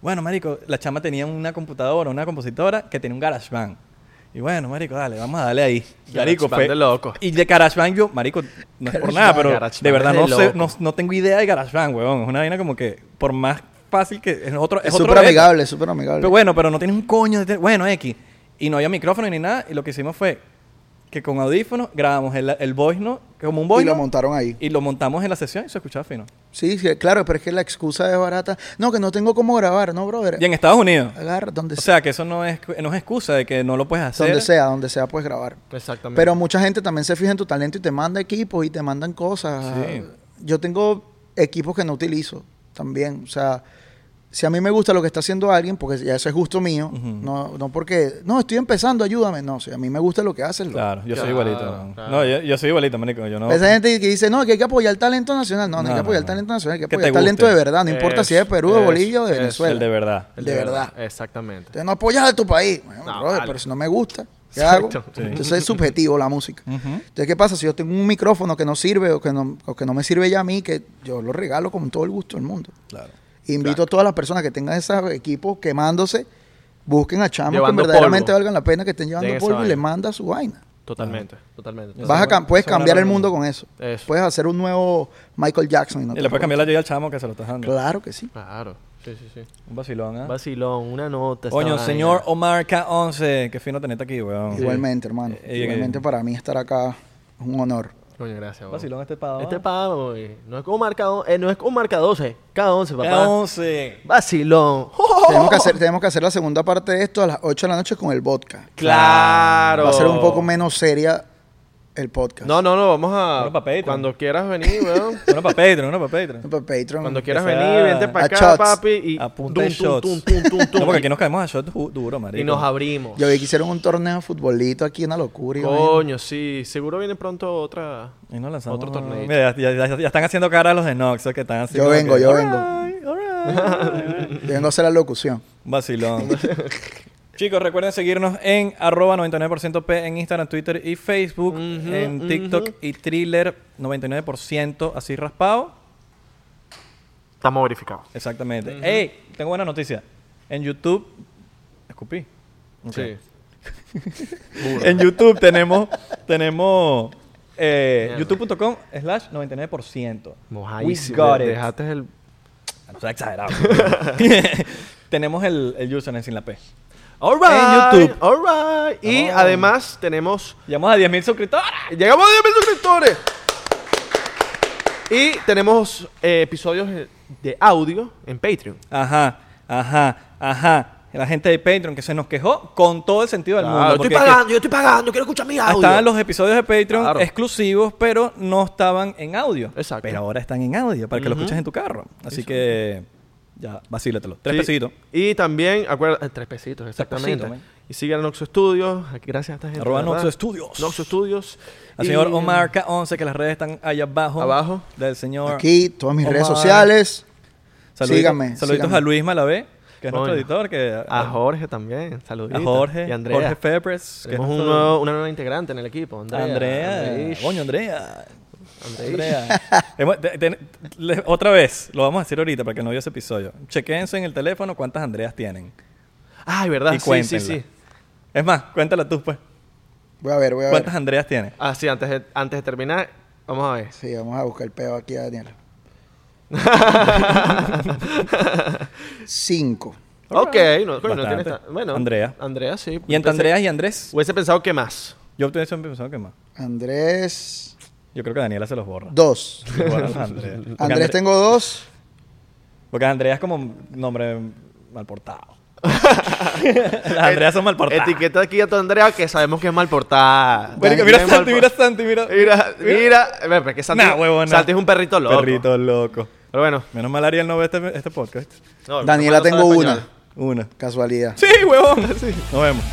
S3: Bueno, marico, la chama tenía una computadora, una compositora que tenía un GarageBand. Y bueno, marico, dale, vamos a darle ahí. Marico,
S2: GarageBand de loco.
S3: Y de GarageBand yo, marico, no es por
S1: GarageBand,
S3: nada, pero
S2: GarageBand
S3: de verdad
S2: de
S3: no, sé,
S2: loco.
S3: no, no tengo idea de GarageBand, weón. Es una vaina como que, por más fácil que... Es otro
S1: es
S3: otro
S1: súper
S3: reto.
S1: amigable, es súper amigable.
S3: Pero bueno, pero no tienes un coño de... te- Bueno, X. Y no había micrófono ni nada. Y lo que hicimos fue que con audífonos grabamos el, el voice, ¿no? Como un voice
S1: y lo
S3: note,
S1: montaron ahí.
S3: y lo montamos en la sesión y se escuchaba fino.
S1: Sí, sí, claro, pero es que la excusa es barata. No, que no tengo cómo grabar, no, brother.
S3: Y en Estados Unidos.
S1: Agarra donde,
S3: O
S1: sea,
S3: sea, que eso no es, no es excusa de que no lo puedes hacer.
S1: donde sea, donde sea puedes grabar.
S2: Exactamente.
S1: Pero mucha gente también se fija en tu talento y te manda equipos y te mandan cosas.
S3: Sí.
S1: Yo tengo equipos que no utilizo también. O sea, si a mí me gusta lo que está haciendo alguien, porque ya eso es gusto mío,
S3: Ujú.
S1: no, no porque, no, estoy empezando, ayúdame. No, si a mí me gusta lo que haces. lo-
S3: Claro, yo
S2: Claro,
S3: soy igualito. ¿no?
S2: claro.
S3: No, yo, yo soy igualito, marico. Yo no...
S1: Esa gente que dice, no, que hay que apoyar el talento nacional. No, no,
S3: No,
S1: hay que
S3: no,
S1: apoyar el
S3: no.
S1: talento nacional, hay
S3: Que
S1: que
S3: te
S1: apoyar el talento
S3: guste.
S1: de verdad. No importa si es de
S2: Eso,
S1: Perú, de
S2: eso,
S1: Bolivia o de
S2: eso,
S1: Venezuela.
S3: El de verdad.
S1: de verdad.
S2: Exactamente.
S1: Entonces no apoyas a tu país. Bueno,
S2: No,
S1: brother,
S2: vale.
S1: pero si no me gusta, ¿qué
S2: Exacto.
S1: hago?
S2: Sí.
S1: Entonces es subjetivo la música.
S3: Ujú.
S1: Entonces, ¿qué pasa? Si yo tengo un micrófono que no sirve o que no, o que no me sirve ya a mí, que yo lo regalo con todo el gusto del mundo.
S3: Claro.
S1: Invito a todas las personas que tengan esos equipos quemándose, busquen a chamos que
S2: Llevando
S1: verdaderamente
S2: polvo.
S1: valgan la pena, que estén llevando
S2: Dejen esa
S1: polvo y
S2: vaina.
S1: le manda su vaina.
S2: Totalmente. Totalmente.
S3: Eso
S1: Vas a
S3: es bueno,
S1: cam- puedes
S3: eso es una
S1: cambiar el
S3: buena
S1: mundo
S3: idea.
S1: con eso.
S2: Eso.
S1: Puedes hacer un nuevo Michael Jackson. Y, no
S3: Y
S1: te
S3: le puedes
S1: acuerdas.
S3: cambiar la llave al chamo que se lo estás dando.
S1: Claro que sí.
S2: Claro. Sí, Sí, sí, sí.
S3: Un vacilón, ¿ah?
S2: Vacilón, una nota. esta
S3: Coño,
S2: vaina.
S3: señor Omar K11, qué fino tenerte aquí, weón.
S1: Igualmente, hermano.
S3: Eh, eh,
S1: Igualmente para mí estar acá es un honor.
S2: Coño, gracias, weón.
S3: Vacilón este pavo.
S2: Este pavo, güey, no es como marca, on- eh, no es como marca 12, K11, papá.
S3: K11.
S2: Vacilón.
S1: Tenemos, que
S2: Oh.
S1: hacer, tenemos que hacer la segunda parte de esto a las 8 de la noche con el vodka.
S2: Claro.
S1: Va a ser un poco menos seria el podcast.
S2: No, no, no, vamos a.
S3: Bueno, pa' Patreon.
S2: cuando quieras venir, weón.
S3: Uno para Patreon, uno para Patreon.
S1: Para Patreon.
S2: Cuando quieras
S3: Esa-
S2: venir, vente para
S1: a
S2: acá,
S1: shots.
S2: papi. Y
S3: A punta
S2: tum,
S3: de
S2: tum,
S3: shots.
S2: tum, tum, tum, tum.
S3: No, porque aquí nos caemos a shots du- duro, marico.
S2: Y nos abrimos.
S1: Yo vi que hicieron un torneo de futbolito aquí, una locura. y vaina.
S2: Coño, sí. Seguro viene pronto otra.
S3: Y nos lanzamos.
S2: Otro torneo.
S3: Mira, ya, ya- ya- ya están haciendo cara a los de Nox, que están haciendo.
S1: Yo vengo, yo vengo.
S3: vengo.
S1: Yo vengo a hacer la locución.
S3: Vacilón. Chicos, recuerden seguirnos en arroba 99% P en Instagram, Twitter y Facebook,
S2: Ujú,
S3: en TikTok
S2: ujú.
S3: y Thriller 99% así raspado.
S2: Estamos verificados.
S3: Exactamente. ¡Ey! Tengo buena noticia. En YouTube. Escupí. Ok. En YouTube tenemos. tenemos eh,
S2: Mierda.
S3: youtube.com slash 99%.
S2: Sí. Mojadísimo.
S3: We got it.
S2: Dejaste el.
S3: O sea, exagerado. tenemos el, el username sin la P.
S2: All
S3: right,
S2: En YouTube. All right. Y
S3: Oh.
S2: además tenemos.
S3: Llegamos a 10.000 suscriptores.
S2: Llegamos a 10.000 suscriptores. Y tenemos eh, episodios de audio en Patreon.
S3: Ajá, ajá, ajá. La gente de Patreon que se nos quejó con todo el sentido del
S2: Claro,
S3: mundo.
S2: yo estoy
S3: porque es que
S2: pagando, yo estoy pagando, quiero escuchar mi audio.
S3: Estaban los episodios de Patreon
S2: Claro.
S3: exclusivos, pero no estaban en audio.
S2: Exacto.
S3: Pero ahora están en audio para que lo
S2: Ujú.
S3: escuches en tu carro. Así que ya, vacílatelo. Tres
S2: Sí.
S3: pesitos.
S2: Y también, acuérdate, eh, tres pesitos, exactamente.
S3: pesitos, man.
S2: y sigan a Noxo Studios, aquí gracias a esta gente.
S3: Arroba
S2: ¿verdad?
S3: Noxo Studios.
S2: Noxo Studios.
S3: Al
S2: Y-
S3: señor Omar K11, que las redes están allá abajo.
S2: Abajo.
S3: Del señor.
S1: Aquí, todas mis redes
S3: Omar.
S1: sociales.
S3: Saluditos,
S1: Síganme,
S3: Saluditos
S1: síganme.
S3: a Luis Malavé, que es nuestro
S2: Coño.
S3: editor. Que,
S2: A Jorge también, saluditos.
S3: a Jorge.
S2: Y Andrea.
S3: Jorge Febres. que es
S2: Tenemos un
S3: nuestro-
S2: nuevo- una nueva integrante en el equipo, Andrea.
S3: Andrea.
S2: Andreish.
S3: Coño, Andrea.
S2: Andreish.
S3: Andrea. Hemos- te- te- le- otra vez, lo vamos a decir ahorita para que no vio ese episodio. Chequense en el teléfono cuántas Andreas tienen.
S2: Ay, verdad,
S3: Y
S2: sí, sí,
S3: cuéntenla.
S2: sí.
S3: Es más, cuéntala tú, pues.
S1: Voy a ver, voy a ver.
S3: ¿Cuántas Andreas tienes?
S2: Ah, sí, antes de, antes de terminar, vamos a ver.
S1: Sí, vamos a buscar el peo aquí a Daniel. Cinco.
S2: ok, no, coño, no tiene
S3: Bastante.
S2: tan- Bueno,
S3: Andrea.
S2: Andrea, sí.
S3: Y entre
S2: Pensé-
S3: Andreas y Andrés,
S2: Hubiese pensado que más.
S3: yo hubiese pensado que más.
S1: Andrés,
S3: Yo creo que Daniela se los borra.
S1: dos.
S3: Igual a Andrea. Porque
S1: Andrés,
S3: Andre-
S1: tengo dos.
S3: Porque Andrea es como un nombre mal portado. Las Andreas son mal portadas.
S2: Etiqueta aquí a tu Andrea que sabemos que es mal portada.
S3: Marico, mira a Santi, mira a Santi, mira.
S2: Mira, mira, mira, pero es que Santi,
S3: Nah, huevona.
S2: Santi es un perrito loco.
S3: Perrito loco.
S2: Pero bueno.
S3: Menos mal Ariel no ve este, este podcast.
S2: no,
S1: Daniela,
S2: no sabe
S1: tengo
S2: español.
S1: una.
S3: Una.
S1: Casualidad.
S3: Sí, huevón. Nos vemos.